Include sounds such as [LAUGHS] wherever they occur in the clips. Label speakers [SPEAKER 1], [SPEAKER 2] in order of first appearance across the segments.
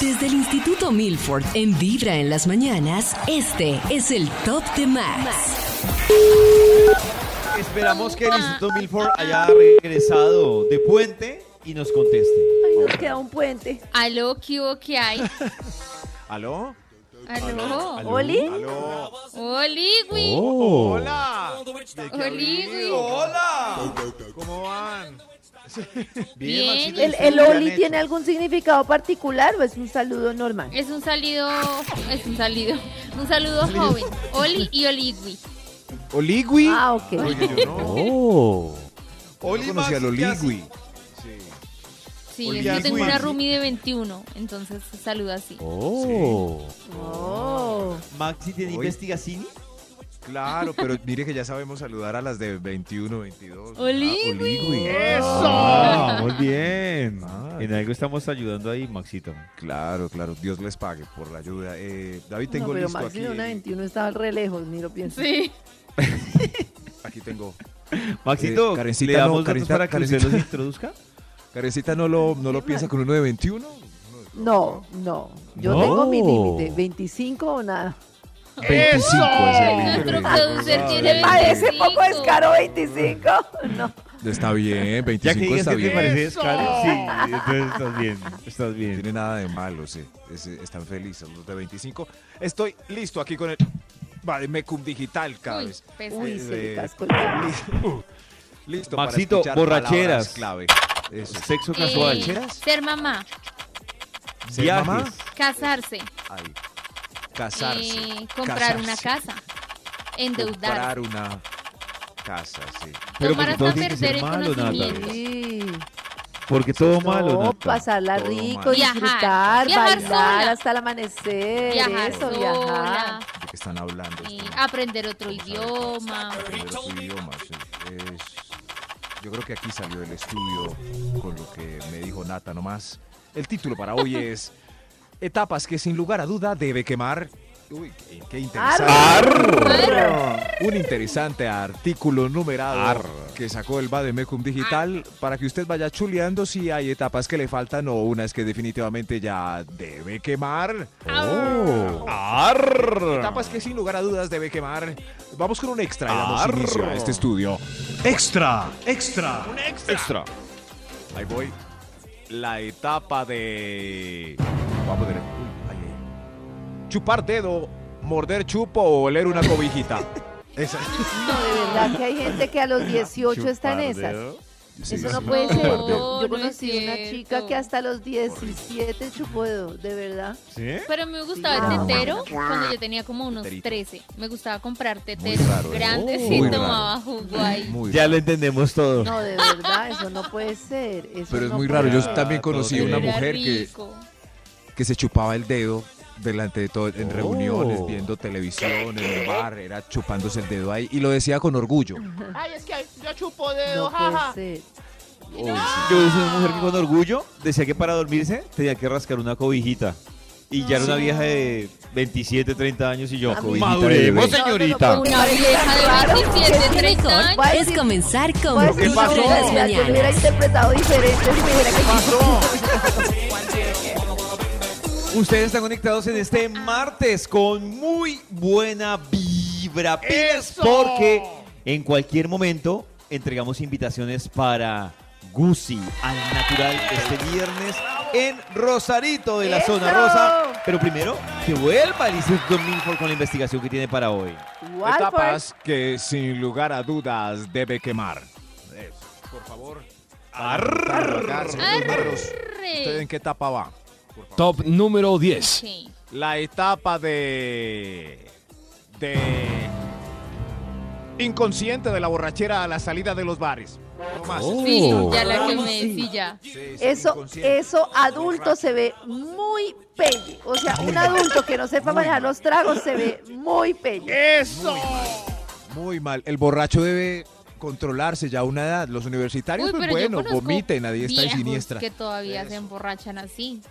[SPEAKER 1] Desde el Instituto Milford, en Vibra en las mañanas, este es el Top de Max.
[SPEAKER 2] Esperamos que el Instituto Milford haya regresado de puente y nos conteste.
[SPEAKER 3] Ay, nos queda un puente.
[SPEAKER 4] Aló, ¿qué hubo, qué hay?
[SPEAKER 2] ¿Aló?
[SPEAKER 4] Aló.
[SPEAKER 3] ¿Oli?
[SPEAKER 2] ¿Aló?
[SPEAKER 4] Oli, güey.
[SPEAKER 5] Oh.
[SPEAKER 2] ¡Hola!
[SPEAKER 4] Oli, güey.
[SPEAKER 2] ¡Hola! ¿Cómo van?
[SPEAKER 4] Bien.
[SPEAKER 2] Maxito, ¿y
[SPEAKER 3] ¿El,
[SPEAKER 2] ustedes
[SPEAKER 3] el
[SPEAKER 2] qué han
[SPEAKER 3] Oli
[SPEAKER 2] hecho?
[SPEAKER 3] tiene algún significado particular o es un saludo normal?
[SPEAKER 4] Es un salido, es un salido, un saludo joven. Oli y Oligui.
[SPEAKER 6] Oligui.
[SPEAKER 3] Ah, ok.
[SPEAKER 2] Oiga, yo no.
[SPEAKER 6] Oh.
[SPEAKER 2] Oli
[SPEAKER 6] Yo conocí
[SPEAKER 2] Max,
[SPEAKER 6] al
[SPEAKER 2] ¿qué hace?
[SPEAKER 6] Oligui.
[SPEAKER 4] Sí,
[SPEAKER 2] Oli
[SPEAKER 4] es que yo tengo
[SPEAKER 2] Oligui.
[SPEAKER 4] una roomie de 21, entonces se saluda así.
[SPEAKER 6] Oh.
[SPEAKER 3] Oh.
[SPEAKER 2] Maxi tiene
[SPEAKER 6] Oye.
[SPEAKER 2] investigacini.
[SPEAKER 6] Claro, pero mire que ya sabemos saludar a las de 21, 22. Ah,
[SPEAKER 4] Oligui.
[SPEAKER 6] ¡Eso!
[SPEAKER 3] [LAUGHS]
[SPEAKER 2] muy bien.
[SPEAKER 5] Ah, En algo estamos ayudando ahí, Maxito.
[SPEAKER 6] Claro, claro. Dios les pague por la ayuda. Eh, David, tengo
[SPEAKER 3] no, pero
[SPEAKER 6] listo
[SPEAKER 3] Maxi
[SPEAKER 6] aquí.
[SPEAKER 3] de una 21 estaba re lejos, ni lo pienso.
[SPEAKER 4] Sí.
[SPEAKER 6] Aquí tengo.
[SPEAKER 5] Maxito,
[SPEAKER 6] Eh, Karencita,
[SPEAKER 5] ¿le
[SPEAKER 6] no,
[SPEAKER 5] damos datos
[SPEAKER 6] Karencita,
[SPEAKER 5] para que
[SPEAKER 6] Karencita.
[SPEAKER 5] usted los introduzca?
[SPEAKER 6] Carecita no lo, no lo piensa con uno de 21.
[SPEAKER 3] No, no. Yo
[SPEAKER 5] No.
[SPEAKER 3] tengo mi límite, 25 o nada.
[SPEAKER 6] 25 es el
[SPEAKER 4] Nuestro
[SPEAKER 6] límite.
[SPEAKER 4] productor tiene
[SPEAKER 3] ¿Le parece
[SPEAKER 4] 25.
[SPEAKER 3] poco descaro 25? No.
[SPEAKER 6] Está bien,
[SPEAKER 5] Ya que
[SPEAKER 6] 25
[SPEAKER 5] digas
[SPEAKER 6] está
[SPEAKER 5] que te
[SPEAKER 6] bien.
[SPEAKER 5] parece descaro, sí, entonces estás bien, estás
[SPEAKER 6] No
[SPEAKER 5] bien.
[SPEAKER 6] tiene nada de malo, sí. Es- eh, están felices los de 25. Estoy listo aquí con el Bademecum Digital cada
[SPEAKER 4] Uy,
[SPEAKER 6] vez. [LAUGHS]
[SPEAKER 4] pesa.
[SPEAKER 3] Uy, se le
[SPEAKER 6] Eh,
[SPEAKER 3] cascó el cable.
[SPEAKER 6] Listo. Listo
[SPEAKER 5] Uh. Maxito,
[SPEAKER 6] para escuchar palabras
[SPEAKER 5] borracheras.
[SPEAKER 6] clave. Eso.
[SPEAKER 5] Sexo
[SPEAKER 4] Eh,
[SPEAKER 5] casual.
[SPEAKER 4] ser mamá,
[SPEAKER 6] Ser
[SPEAKER 5] viajes.
[SPEAKER 6] mamá,
[SPEAKER 4] casarse,
[SPEAKER 6] ahí. Casarse.
[SPEAKER 4] eh, comprar
[SPEAKER 6] casarse,
[SPEAKER 4] una casa, endeudar,
[SPEAKER 6] Comprar una casa, sí.
[SPEAKER 5] Pero
[SPEAKER 4] tomar
[SPEAKER 5] porque
[SPEAKER 4] hasta
[SPEAKER 5] todo tiene que
[SPEAKER 4] perder
[SPEAKER 5] ser
[SPEAKER 4] en
[SPEAKER 5] malo,
[SPEAKER 4] conocimiento.
[SPEAKER 5] Nata.
[SPEAKER 3] Sí.
[SPEAKER 5] Porque todo malo,
[SPEAKER 3] No,
[SPEAKER 5] Nata.
[SPEAKER 3] pasarla
[SPEAKER 6] Todo
[SPEAKER 3] rico,
[SPEAKER 6] malo.
[SPEAKER 4] Viajar.
[SPEAKER 3] disfrutar,
[SPEAKER 4] Viajar
[SPEAKER 3] bailar
[SPEAKER 4] sola.
[SPEAKER 3] hasta el amanecer.
[SPEAKER 4] viajar
[SPEAKER 3] eso,
[SPEAKER 4] sola,
[SPEAKER 3] viajar.
[SPEAKER 6] ¿De qué están hablando? Este
[SPEAKER 4] eh,
[SPEAKER 6] Esto-
[SPEAKER 4] aprender otro
[SPEAKER 6] Vamos a ver.
[SPEAKER 4] idioma.
[SPEAKER 6] aprender otro idioma, sí. Es- yo creo que aquí salió el estudio con lo que me dijo Nata nomás. El título
[SPEAKER 4] [LAUGHS]
[SPEAKER 6] para hoy es Etapas que sin lugar a duda debe quemar. Uy, qué, qué interesante. Un interesante artículo numerado que sacó el Bademecum Digital para que usted vaya chuleando si hay etapas que le faltan o unas que definitivamente ya debe quemar.
[SPEAKER 5] Oh.
[SPEAKER 6] Etapas que sin lugar a dudas debe quemar. Vamos con un extra y damos inicio a este estudio.
[SPEAKER 7] Extra, extra.
[SPEAKER 5] Extra.
[SPEAKER 6] Ahí voy. La etapa de. Vamos a poner- Uy, ahí, ahí. Chupar dedo, morder chupo o oler una cobijita. [LAUGHS] Esa.
[SPEAKER 3] No, de verdad que hay gente que a
[SPEAKER 6] [LAUGHS]
[SPEAKER 3] los 18 está en esas.
[SPEAKER 6] Sí,
[SPEAKER 3] Eso no
[SPEAKER 6] sí.
[SPEAKER 3] puede ser.
[SPEAKER 6] Chupar
[SPEAKER 3] Yo,
[SPEAKER 6] dedo.
[SPEAKER 4] No,
[SPEAKER 3] yo
[SPEAKER 4] no es
[SPEAKER 3] conocí una
[SPEAKER 4] cierto.
[SPEAKER 3] chica que hasta los 17 chupó dedo, de verdad.
[SPEAKER 5] ¿Sí?
[SPEAKER 4] Pero me gustaba el
[SPEAKER 3] Ah.
[SPEAKER 4] tetero cuando yo tenía como unos
[SPEAKER 6] Teterito.
[SPEAKER 4] 13. Me gustaba comprar
[SPEAKER 6] Muy
[SPEAKER 4] teteros
[SPEAKER 6] raro. eso.
[SPEAKER 4] grandes
[SPEAKER 5] Oh.
[SPEAKER 4] y
[SPEAKER 6] Muy raro.
[SPEAKER 4] tomaba jugo ahí.
[SPEAKER 6] Muy
[SPEAKER 5] Ya
[SPEAKER 6] raro.
[SPEAKER 5] lo entendemos todo.
[SPEAKER 3] No, de verdad, eso no puede ser. eso
[SPEAKER 6] Pero es
[SPEAKER 3] no
[SPEAKER 6] muy
[SPEAKER 3] puede
[SPEAKER 6] raro. Yo
[SPEAKER 3] ser.
[SPEAKER 6] también conocí
[SPEAKER 5] todo
[SPEAKER 6] una
[SPEAKER 5] bien.
[SPEAKER 4] Era
[SPEAKER 6] mujer que,
[SPEAKER 4] rico.
[SPEAKER 6] que se chupaba el dedo delante de todo, en
[SPEAKER 5] Oh.
[SPEAKER 6] reuniones, viendo televisión, en un bar, era chupándose el dedo ahí y lo decía con orgullo.
[SPEAKER 8] Ay, es que yo chupo dedo,
[SPEAKER 3] No
[SPEAKER 8] jaja.
[SPEAKER 3] puede ser.
[SPEAKER 6] Uy,
[SPEAKER 5] Yo soy una mujer que con orgullo decía que para dormirse tenía que rascar una cobijita. Y ya era una vieja de 27, 30 años y yo,
[SPEAKER 3] A mí-
[SPEAKER 5] cobijita de
[SPEAKER 2] Maduremos,
[SPEAKER 5] bebé.
[SPEAKER 3] No, pero
[SPEAKER 2] señorita.
[SPEAKER 6] Ah.
[SPEAKER 3] como
[SPEAKER 4] Una vieja de
[SPEAKER 3] Claro,
[SPEAKER 4] 27, 30 años.
[SPEAKER 3] Voy a
[SPEAKER 1] Es
[SPEAKER 3] decir-
[SPEAKER 1] comenzar
[SPEAKER 3] voy a
[SPEAKER 1] con
[SPEAKER 3] decir
[SPEAKER 1] Vibra
[SPEAKER 3] una
[SPEAKER 1] en las
[SPEAKER 3] realidad, Yo lo hubiera
[SPEAKER 1] mañanas.
[SPEAKER 3] interpretado diferente si me dijera que
[SPEAKER 5] Ustedes están conectados en este martes con muy buena vibra, pilas,
[SPEAKER 8] ¡Eso!
[SPEAKER 5] porque en cualquier momento entregamos invitaciones para Gucci al natural este viernes en Rosarito de la
[SPEAKER 3] ¡Eso!
[SPEAKER 5] zona rosa. Pero primero, que vuelva el Instituto Milford con la investigación que tiene para hoy.
[SPEAKER 4] pues.
[SPEAKER 3] Walford.
[SPEAKER 6] Etapas que sin lugar a dudas debe quemar. Por favor. ¿Usted en qué etapa va?
[SPEAKER 7] Top número 10.
[SPEAKER 4] Sí.
[SPEAKER 6] La etapa de. de. inconsciente de la borrachera a la salida de los bares. No más.
[SPEAKER 4] Sí,
[SPEAKER 5] Oh.
[SPEAKER 4] ya la que me
[SPEAKER 3] Sí.
[SPEAKER 4] decía ya.
[SPEAKER 6] Sí, sí,
[SPEAKER 3] Eso,
[SPEAKER 6] inconsciente.
[SPEAKER 3] eso adulto se ve muy pelle. O sea, un adulto que no sepa manejar los tragos se ve muy pelle.
[SPEAKER 8] Eso.
[SPEAKER 6] Muy mal. El borracho debe controlarse ya a una edad. Los universitarios,
[SPEAKER 4] Uy,
[SPEAKER 6] pues
[SPEAKER 4] pero yo
[SPEAKER 6] bueno,
[SPEAKER 4] conozco
[SPEAKER 6] vomiten a diestra y
[SPEAKER 4] viejos
[SPEAKER 6] siniestra.
[SPEAKER 4] que todavía se emborrachan así.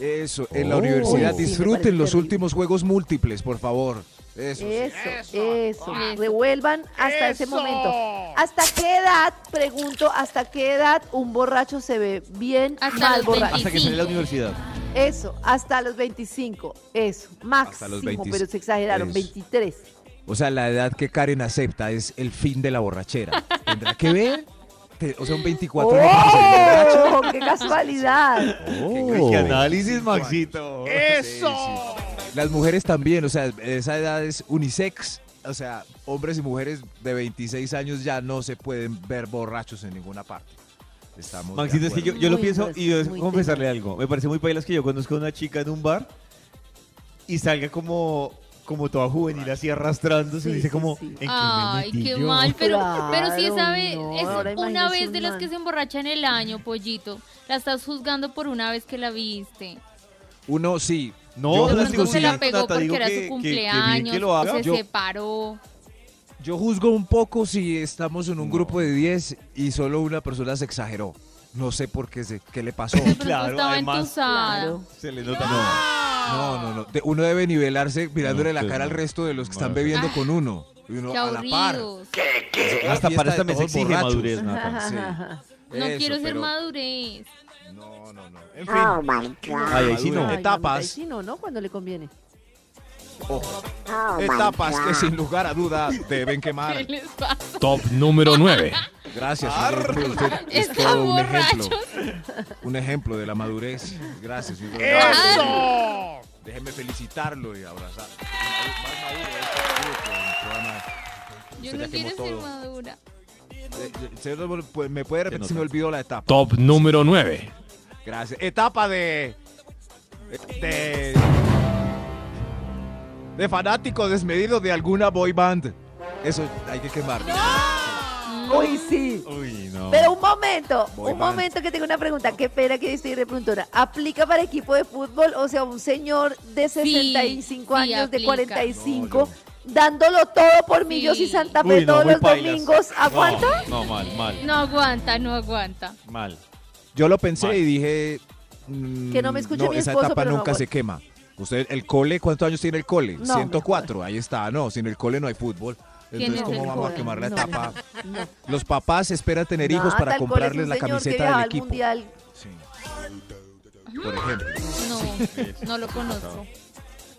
[SPEAKER 6] Eso, en la
[SPEAKER 5] Oh.
[SPEAKER 6] universidad.
[SPEAKER 3] Sí, me parece
[SPEAKER 6] Disfruten los
[SPEAKER 3] terrible.
[SPEAKER 6] últimos juegos múltiples, por favor. Eso. sí.
[SPEAKER 3] Eso, eso,
[SPEAKER 4] Eso.
[SPEAKER 3] Revuelvan hasta ese momento. ¿Hasta qué edad, pregunto, hasta qué edad un borracho se ve bien
[SPEAKER 4] Hasta
[SPEAKER 3] mal
[SPEAKER 4] los
[SPEAKER 3] borracho?
[SPEAKER 5] Hasta que sale de la
[SPEAKER 4] 25.
[SPEAKER 5] universidad.
[SPEAKER 3] Eso, hasta los 25. Eso, máximo,
[SPEAKER 6] los 20.
[SPEAKER 3] pero se exageraron,
[SPEAKER 6] Eso.
[SPEAKER 3] 23.
[SPEAKER 6] O sea, la edad que Karen acepta es el fin de la borrachera. Tendrá que ver. Te- o sea, un 24 no puede ser borracho.
[SPEAKER 3] ¡Oh! [LAUGHS] ¡Qué casualidad!
[SPEAKER 5] Uy, ¡Qué análisis, Maxito!
[SPEAKER 7] ¡Eso!
[SPEAKER 6] Las mujeres también, o sea, esa edad es unisex. O sea, hombres y mujeres de 26 años ya no se pueden ver borrachos en ninguna parte. Estamos de
[SPEAKER 5] Maxito, es que yo,
[SPEAKER 6] acuerdo.
[SPEAKER 5] yo lo
[SPEAKER 3] Muy
[SPEAKER 5] pienso y yo
[SPEAKER 3] grueso,
[SPEAKER 5] debo
[SPEAKER 3] muy
[SPEAKER 5] confesarle algo. Me parece muy pailas que yo conozco a una chica en un bar y salga como, como toda juvenil así arrastrándose
[SPEAKER 3] Sí,
[SPEAKER 5] y dice
[SPEAKER 3] sí,
[SPEAKER 5] como...
[SPEAKER 3] sí.
[SPEAKER 5] "¿En
[SPEAKER 4] Ay,
[SPEAKER 5] metí
[SPEAKER 4] qué
[SPEAKER 5] yo?".
[SPEAKER 4] mal, pero, pero si esa
[SPEAKER 3] Claro,
[SPEAKER 4] vez
[SPEAKER 3] no, ahora
[SPEAKER 4] es una
[SPEAKER 3] imagínese
[SPEAKER 4] vez de
[SPEAKER 3] un
[SPEAKER 4] las
[SPEAKER 3] man.
[SPEAKER 4] que se emborrachan el año, pollito. La estás juzgando por una vez que la viste.
[SPEAKER 6] Uno sí.
[SPEAKER 5] No,
[SPEAKER 4] De
[SPEAKER 5] no
[SPEAKER 4] pronto
[SPEAKER 5] digo
[SPEAKER 4] se
[SPEAKER 5] sí,
[SPEAKER 4] la pegó
[SPEAKER 5] Nata,
[SPEAKER 4] porque
[SPEAKER 5] digo
[SPEAKER 4] era
[SPEAKER 5] que- que- que
[SPEAKER 4] su
[SPEAKER 5] bien
[SPEAKER 4] cumpleaños,
[SPEAKER 5] que lo haga.
[SPEAKER 4] se
[SPEAKER 5] Yo-
[SPEAKER 4] separó.
[SPEAKER 6] Yo juzgo un poco si estamos en un grupo de 10 y solo una persona se exageró. No sé por qué, se- qué le
[SPEAKER 4] [LAUGHS]
[SPEAKER 6] pasó.
[SPEAKER 4] De pronto
[SPEAKER 5] Claro,
[SPEAKER 4] estaba
[SPEAKER 5] además-
[SPEAKER 4] entusada.
[SPEAKER 3] Claro.
[SPEAKER 5] Se le nota...
[SPEAKER 6] No, no, no. De- uno debe nivelarse mirándole
[SPEAKER 5] No,
[SPEAKER 6] la
[SPEAKER 5] pues,
[SPEAKER 6] cara al
[SPEAKER 5] no.
[SPEAKER 6] resto de los que están
[SPEAKER 5] No.
[SPEAKER 6] bebiendo con uno. Y uno
[SPEAKER 4] Ah, Qué
[SPEAKER 6] a la par.
[SPEAKER 4] aburridos.
[SPEAKER 6] Eso- la
[SPEAKER 5] Hasta
[SPEAKER 6] fiesta
[SPEAKER 5] para
[SPEAKER 6] de
[SPEAKER 5] esta mesa
[SPEAKER 6] todos
[SPEAKER 5] exige
[SPEAKER 6] borrachos.
[SPEAKER 5] madurez, Nata.
[SPEAKER 6] Sí.
[SPEAKER 4] No
[SPEAKER 6] Eso,
[SPEAKER 4] quiero ser
[SPEAKER 6] pero-
[SPEAKER 4] madurez.
[SPEAKER 6] No, no, no. En
[SPEAKER 9] Oh
[SPEAKER 6] fin,
[SPEAKER 9] my god.
[SPEAKER 5] Ay, ahí sí no.
[SPEAKER 3] Ay, mamita, ahí
[SPEAKER 6] etapas.
[SPEAKER 3] sí no, ¿no? Cuando le conviene.
[SPEAKER 9] Oh my
[SPEAKER 6] etapas que
[SPEAKER 9] God.
[SPEAKER 6] sin lugar a
[SPEAKER 4] [LAUGHS]
[SPEAKER 6] duda deben quemar.
[SPEAKER 4] ¿Qué les pasa?
[SPEAKER 7] Top número 9.
[SPEAKER 6] Gracias, señor productor. Es
[SPEAKER 4] Están
[SPEAKER 6] todo un ejemplo.
[SPEAKER 4] borrachos.
[SPEAKER 6] Un ejemplo de la madurez. Gracias, señor
[SPEAKER 4] Ah,
[SPEAKER 7] ¡Eso!
[SPEAKER 6] Déjeme felicitarlo y abrazar. Más maduro de este grupo, el programa.
[SPEAKER 4] Yo no
[SPEAKER 6] Usted ya quemó
[SPEAKER 4] quiero ser
[SPEAKER 6] todo.
[SPEAKER 4] madura.
[SPEAKER 6] Eh, eh, señor, pues, ¿Me puede repetir? Se me olvidó la etapa.
[SPEAKER 7] Top número 9.
[SPEAKER 6] Gracias. Etapa de. De. De fanático desmedido de alguna boy band. Eso hay que quemar.
[SPEAKER 3] Uy, sí.
[SPEAKER 5] Uy, no.
[SPEAKER 3] Pero un momento,
[SPEAKER 6] Voy
[SPEAKER 3] un
[SPEAKER 6] mal.
[SPEAKER 3] momento que tengo una pregunta. Qué pena que estoy reproductora. ¿Aplica para equipo de fútbol? O sea, un señor de 65
[SPEAKER 4] sí,
[SPEAKER 3] años, de
[SPEAKER 4] aplica.
[SPEAKER 3] 45, dándolo todo por Millos y
[SPEAKER 4] Sí.
[SPEAKER 3] Santa Fe
[SPEAKER 5] Uy, no,
[SPEAKER 3] todos
[SPEAKER 5] muy
[SPEAKER 3] los
[SPEAKER 5] pailas.
[SPEAKER 3] domingos. ¿Aguanta?
[SPEAKER 5] No, no, mal, mal,
[SPEAKER 4] No aguanta, no aguanta.
[SPEAKER 5] mal.
[SPEAKER 6] Yo lo pensé
[SPEAKER 5] Mal.
[SPEAKER 6] y dije. mm,
[SPEAKER 3] Que no me escuche mi
[SPEAKER 6] esa
[SPEAKER 3] esposo,
[SPEAKER 6] etapa
[SPEAKER 3] pero no
[SPEAKER 6] nunca se
[SPEAKER 3] aguanto.
[SPEAKER 6] quema. Usted, el cole, ¿cuántos años tiene el cole?
[SPEAKER 3] No,
[SPEAKER 6] 104, ahí está. No, sin el cole no hay fútbol. Entonces,
[SPEAKER 4] Tienes
[SPEAKER 6] ¿cómo
[SPEAKER 4] el
[SPEAKER 6] vamos
[SPEAKER 3] cole.
[SPEAKER 6] a quemar la
[SPEAKER 3] No,
[SPEAKER 6] etapa?
[SPEAKER 3] no.
[SPEAKER 6] Los papás esperan tener hijos
[SPEAKER 3] Nada,
[SPEAKER 6] para
[SPEAKER 3] tal cual es
[SPEAKER 6] comprarles
[SPEAKER 3] un
[SPEAKER 6] la
[SPEAKER 3] señor que
[SPEAKER 6] camiseta
[SPEAKER 3] viajaba
[SPEAKER 6] del
[SPEAKER 3] al
[SPEAKER 6] equipo.
[SPEAKER 3] Mundial.
[SPEAKER 6] Sí. Por ejemplo.
[SPEAKER 4] No, no lo conozco.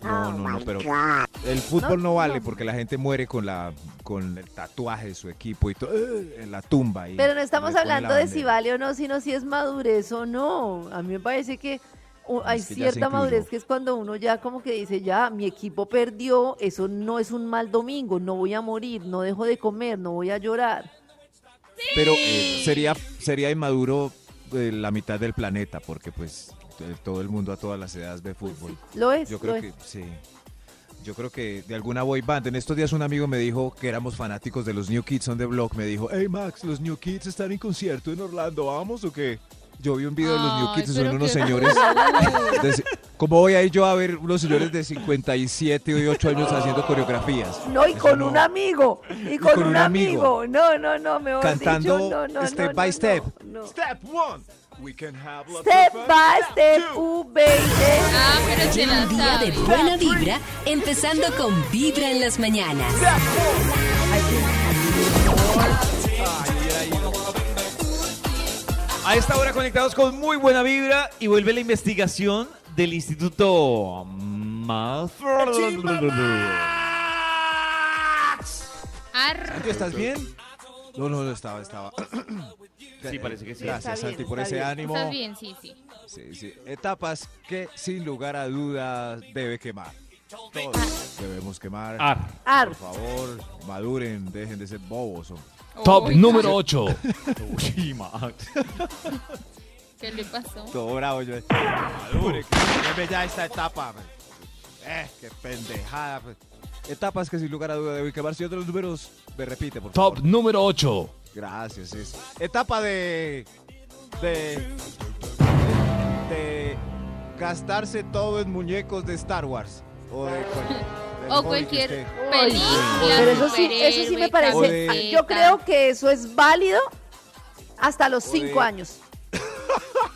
[SPEAKER 6] No, no,
[SPEAKER 9] Oh,
[SPEAKER 6] no, pero el
[SPEAKER 3] Ah, No,
[SPEAKER 6] fútbol no vale
[SPEAKER 3] no.
[SPEAKER 6] porque la gente muere con la con el tatuaje de su equipo y todo eh, en la tumba ahí.
[SPEAKER 3] Pero no estamos
[SPEAKER 6] Le pone
[SPEAKER 3] hablando
[SPEAKER 6] la
[SPEAKER 3] de
[SPEAKER 6] bandera.
[SPEAKER 3] si vale o no, sino si es madurez o no. A mí me parece que uh, hay
[SPEAKER 6] Es que ya se
[SPEAKER 3] cierta
[SPEAKER 6] incluyó.
[SPEAKER 3] madurez que es cuando uno ya como que dice, ya, mi equipo perdió, eso no es un mal domingo, no voy a morir, no dejo de comer, no voy a llorar.
[SPEAKER 6] Pero eh, sería sería inmaduro eh, la mitad del planeta porque pues eh, todo el mundo a todas las edades ve fútbol.
[SPEAKER 3] Lo es.
[SPEAKER 6] Yo
[SPEAKER 3] lo
[SPEAKER 6] creo
[SPEAKER 3] es.
[SPEAKER 6] que sí. Yo creo que de alguna boy band. En estos días un amigo me dijo que éramos fanáticos de los New Kids on the Block. Me dijo, hey Max, los New Kids están en concierto en Orlando, ¿vamos o qué? Yo vi un video de los New
[SPEAKER 4] Ay,
[SPEAKER 6] Kids y
[SPEAKER 4] pero
[SPEAKER 6] son unos
[SPEAKER 4] qué
[SPEAKER 6] señores. de ci- ¿Cómo voy a ir yo a ver unos señores de 57 y 8 años haciendo coreografías?
[SPEAKER 3] No, y
[SPEAKER 6] Eso
[SPEAKER 3] con
[SPEAKER 6] no.
[SPEAKER 3] un amigo, y con, un, amigo. No, no, no, mejor
[SPEAKER 6] Cantando
[SPEAKER 3] dicho, no, no,
[SPEAKER 6] step
[SPEAKER 3] no,
[SPEAKER 6] by
[SPEAKER 3] no,
[SPEAKER 6] step.
[SPEAKER 3] no, no.
[SPEAKER 7] Step 1. We can have
[SPEAKER 3] Step by step, V. E,
[SPEAKER 4] Ah, pero se la
[SPEAKER 1] Un día de
[SPEAKER 4] sabe.
[SPEAKER 1] buena vibra, empezando con Vibra en las mañanas.
[SPEAKER 5] A esta hora conectados con muy buena vibra y vuelve la investigación del Instituto Malford.
[SPEAKER 4] Ar- Ah,
[SPEAKER 6] ¿Tú estás bien? No, no, no, estaba, estaba.
[SPEAKER 5] Sí, parece que sí.
[SPEAKER 3] Está
[SPEAKER 6] Gracias,
[SPEAKER 3] bien,
[SPEAKER 6] Santi, por
[SPEAKER 3] está
[SPEAKER 6] ese
[SPEAKER 3] bien.
[SPEAKER 6] ánimo.
[SPEAKER 4] Estás bien, sí, sí.
[SPEAKER 6] Sí, sí. Etapas que sin lugar a dudas debe quemar. Todos debemos quemar.
[SPEAKER 10] Ah.
[SPEAKER 7] Ah,
[SPEAKER 3] Ar.
[SPEAKER 6] Por favor, maduren, dejen de ser bobos. hombre.
[SPEAKER 7] Top
[SPEAKER 4] Uy,
[SPEAKER 7] número 8.
[SPEAKER 5] Uy, Max.
[SPEAKER 4] ¿Qué le pasó?
[SPEAKER 6] Todo bravo. Yo, maduren, que queme ya esta etapa. hombre. Eh, qué pendejada. hombre. Etapas que sin lugar a dudas deben quemar. Si otros números, me repite, por
[SPEAKER 7] Top
[SPEAKER 6] favor.
[SPEAKER 7] número 8.
[SPEAKER 6] Gracias. es- Etapa de, de. de. gastarse todo en muñecos de Star Wars. O de. cual-
[SPEAKER 4] O cualquier
[SPEAKER 6] que esté.
[SPEAKER 4] película.
[SPEAKER 3] Pero eso sí, eso sí me
[SPEAKER 4] superhéroe,
[SPEAKER 3] parece.
[SPEAKER 6] Oye.
[SPEAKER 3] ah, Yo creo que eso es válido hasta los cinco
[SPEAKER 6] Oye.
[SPEAKER 3] años.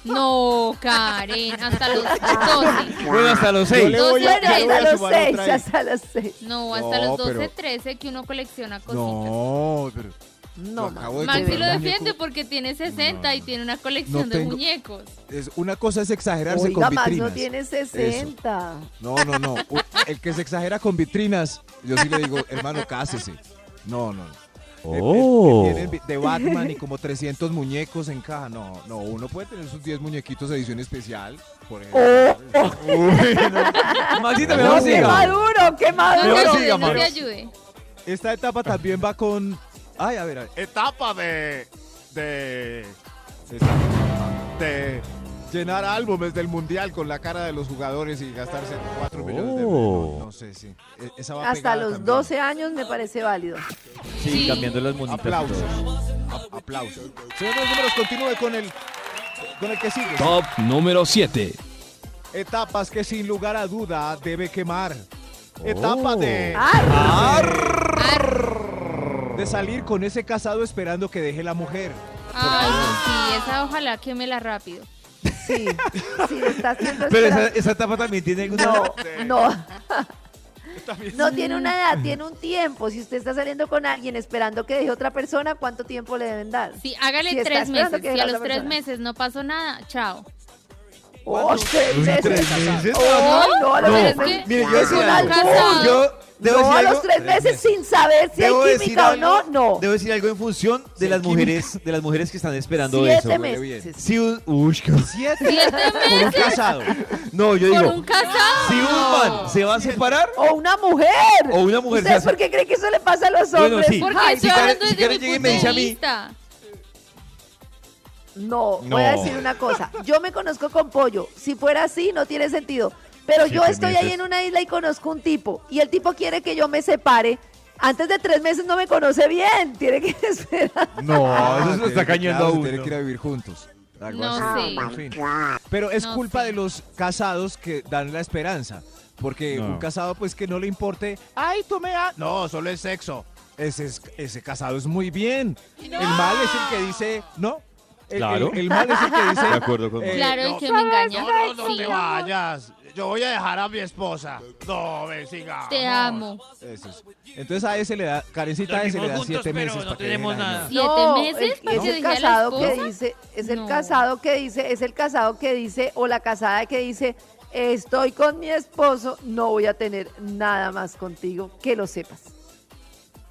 [SPEAKER 4] No, Karen, hasta los 12.
[SPEAKER 5] Bueno, hasta los seis.
[SPEAKER 4] Yo
[SPEAKER 3] Bueno,
[SPEAKER 4] le voy
[SPEAKER 3] hasta
[SPEAKER 4] a
[SPEAKER 3] los
[SPEAKER 6] sumar otra
[SPEAKER 3] seis,
[SPEAKER 6] ahí.
[SPEAKER 3] hasta los seis.
[SPEAKER 4] No, hasta
[SPEAKER 6] No,
[SPEAKER 4] los 12,
[SPEAKER 6] pero-
[SPEAKER 4] 13 que uno colecciona cositas.
[SPEAKER 6] No, pero
[SPEAKER 3] No,
[SPEAKER 6] Lo
[SPEAKER 3] ma-
[SPEAKER 6] acabo de
[SPEAKER 3] de
[SPEAKER 4] Maxi
[SPEAKER 6] comprar
[SPEAKER 4] lo
[SPEAKER 3] verdad.
[SPEAKER 6] un muñeco.
[SPEAKER 4] defiende porque tiene 60 y tiene una colección
[SPEAKER 6] No
[SPEAKER 4] de
[SPEAKER 6] tengo-
[SPEAKER 4] muñecos.
[SPEAKER 6] es, una cosa es exagerarse
[SPEAKER 3] Oiga,
[SPEAKER 6] con
[SPEAKER 3] Max
[SPEAKER 6] vitrinas.
[SPEAKER 3] no tiene 60.
[SPEAKER 6] No, no, no. U- El que se exagera con vitrinas, yo sí le digo, hermano, cásese. No, no. El- el que
[SPEAKER 10] Oh.
[SPEAKER 5] Oh.
[SPEAKER 6] tiene vi- de Batman y como 300 muñecos en caja. No, no, uno puede tener sus 10 muñequitos edición especial, por ejemplo.
[SPEAKER 5] Maxito,
[SPEAKER 6] No,
[SPEAKER 5] mejor
[SPEAKER 3] ¡Qué
[SPEAKER 5] siga.
[SPEAKER 3] maduro, qué
[SPEAKER 4] No,
[SPEAKER 3] maduro!
[SPEAKER 4] te ayude,
[SPEAKER 5] siga,
[SPEAKER 4] no te
[SPEAKER 5] Max.
[SPEAKER 4] ayude.
[SPEAKER 6] Esta etapa también va con... Ay, a ver, a ver.
[SPEAKER 7] Etapa de. de.
[SPEAKER 6] Esta- de llenar álbumes del mundial con la cara de los jugadores y gastarse 4 millones de euros. No, no sé, sí. E- Esa va
[SPEAKER 3] Hasta
[SPEAKER 6] pegada
[SPEAKER 3] los
[SPEAKER 6] también.
[SPEAKER 3] 12 años me parece válido.
[SPEAKER 5] Sí,
[SPEAKER 4] Sí.
[SPEAKER 5] cambiando las monitas. y todo.
[SPEAKER 6] Aplausos. A- Aplausos. Señor de los números, continúe con el, con el que sigue.
[SPEAKER 7] Top número 7.
[SPEAKER 6] Etapas que sin lugar a duda debe quemar. Etapa de,
[SPEAKER 3] ¡Ah!
[SPEAKER 6] de salir con ese casado esperando que deje la mujer.
[SPEAKER 4] Ay, sí, esa ojalá quémela rápido.
[SPEAKER 3] Sí, sí, está haciendo
[SPEAKER 5] Pero esa,
[SPEAKER 3] esperar.
[SPEAKER 5] esa etapa también tiene alguna...
[SPEAKER 3] No, no. No tiene una edad, tiene un tiempo. Si usted está saliendo con alguien esperando que deje otra persona, ¿cuánto tiempo le deben dar?
[SPEAKER 4] Sí, hágale
[SPEAKER 3] Si está
[SPEAKER 4] tres
[SPEAKER 3] esperando
[SPEAKER 4] meses.
[SPEAKER 3] que
[SPEAKER 4] Si
[SPEAKER 3] la
[SPEAKER 4] a los
[SPEAKER 3] otra
[SPEAKER 4] tres
[SPEAKER 3] persona.
[SPEAKER 4] meses no pasó nada, chao.
[SPEAKER 3] ¡Oh, seis meses!
[SPEAKER 5] meses?
[SPEAKER 3] ¡Oh, no! a los
[SPEAKER 4] No,
[SPEAKER 3] tres
[SPEAKER 4] pero es
[SPEAKER 3] meses-
[SPEAKER 5] [LAUGHS]
[SPEAKER 4] que-
[SPEAKER 5] Mire, yo
[SPEAKER 3] Es
[SPEAKER 5] decía
[SPEAKER 3] un
[SPEAKER 5] algo.
[SPEAKER 4] casado.
[SPEAKER 5] Yo debo
[SPEAKER 3] No,
[SPEAKER 5] decir
[SPEAKER 3] a
[SPEAKER 5] algo.
[SPEAKER 3] los tres meses sin saber si
[SPEAKER 5] Debo
[SPEAKER 3] hay
[SPEAKER 5] decir
[SPEAKER 3] química o
[SPEAKER 5] algo.
[SPEAKER 3] no, no.
[SPEAKER 5] Debo decir algo en función de las mujeres, de las mujeres que están esperando eso.
[SPEAKER 3] Siete
[SPEAKER 5] güey.
[SPEAKER 3] meses.
[SPEAKER 5] Si un, uy, qué- [LAUGHS]
[SPEAKER 4] Siete
[SPEAKER 5] por un
[SPEAKER 4] meses
[SPEAKER 5] casado. No, yo
[SPEAKER 4] por
[SPEAKER 5] digo,
[SPEAKER 4] un casado.
[SPEAKER 5] si un man se va a separar,
[SPEAKER 3] O una mujer.
[SPEAKER 5] O una mujer se
[SPEAKER 3] ¿Ustedes
[SPEAKER 5] hace-
[SPEAKER 3] por qué creen que eso le pasa a los
[SPEAKER 5] Bueno,
[SPEAKER 3] hombres?
[SPEAKER 5] sí.
[SPEAKER 4] Porque
[SPEAKER 3] Ay,
[SPEAKER 4] estoy
[SPEAKER 5] si Karen-
[SPEAKER 4] hablando
[SPEAKER 5] si
[SPEAKER 4] desde
[SPEAKER 5] Karen
[SPEAKER 4] mi
[SPEAKER 5] llega y
[SPEAKER 4] punto
[SPEAKER 5] me dice
[SPEAKER 4] de
[SPEAKER 5] a mí-
[SPEAKER 4] vista.
[SPEAKER 3] No,
[SPEAKER 5] No.
[SPEAKER 3] voy a decir una cosa. Yo me conozco con pollo. Si fuera así, no tiene sentido. Pero yo estoy ahí en una isla y conozco un tipo. Y el tipo quiere que yo me separe. Antes de tres meses no me conoce bien. Tiene que [LAUGHS] esperar.
[SPEAKER 6] No,
[SPEAKER 5] Ah, eso se lo está cañando a uno.
[SPEAKER 6] Tiene que ir a vivir juntos. Algo
[SPEAKER 4] No
[SPEAKER 6] así.
[SPEAKER 4] sé.
[SPEAKER 9] Oh,
[SPEAKER 6] En fin. Pero es
[SPEAKER 4] No
[SPEAKER 6] culpa
[SPEAKER 4] sé.
[SPEAKER 6] de los casados que dan la esperanza. Porque
[SPEAKER 5] No.
[SPEAKER 6] un casado, pues que no le importe, ay, tú me das. No, solo es sexo. Ese, es- ese casado es muy bien. El mal es el que dice, no. El,
[SPEAKER 5] Claro.
[SPEAKER 6] el- el mal es el que dice.
[SPEAKER 5] De acuerdo con Max.
[SPEAKER 4] Claro, y
[SPEAKER 7] no,
[SPEAKER 4] que me engaña.
[SPEAKER 7] No, no, no
[SPEAKER 4] Sí,
[SPEAKER 7] te vayas. Yo voy a dejar a mi esposa. No, ven, siga.
[SPEAKER 4] Te amo.
[SPEAKER 6] Eso es. Entonces a ese le da, Karencita a ese le da siete meses. para que deje la niña.
[SPEAKER 4] Siete
[SPEAKER 3] No,
[SPEAKER 4] meses
[SPEAKER 3] el-
[SPEAKER 4] para
[SPEAKER 3] es
[SPEAKER 4] que
[SPEAKER 3] el
[SPEAKER 4] deje a la
[SPEAKER 3] casado que
[SPEAKER 4] esposa.
[SPEAKER 3] dice, es el
[SPEAKER 4] No.
[SPEAKER 3] casado que dice, es el casado que dice, o la casada que dice, estoy con mi esposo, no voy a tener nada más contigo, que lo sepas.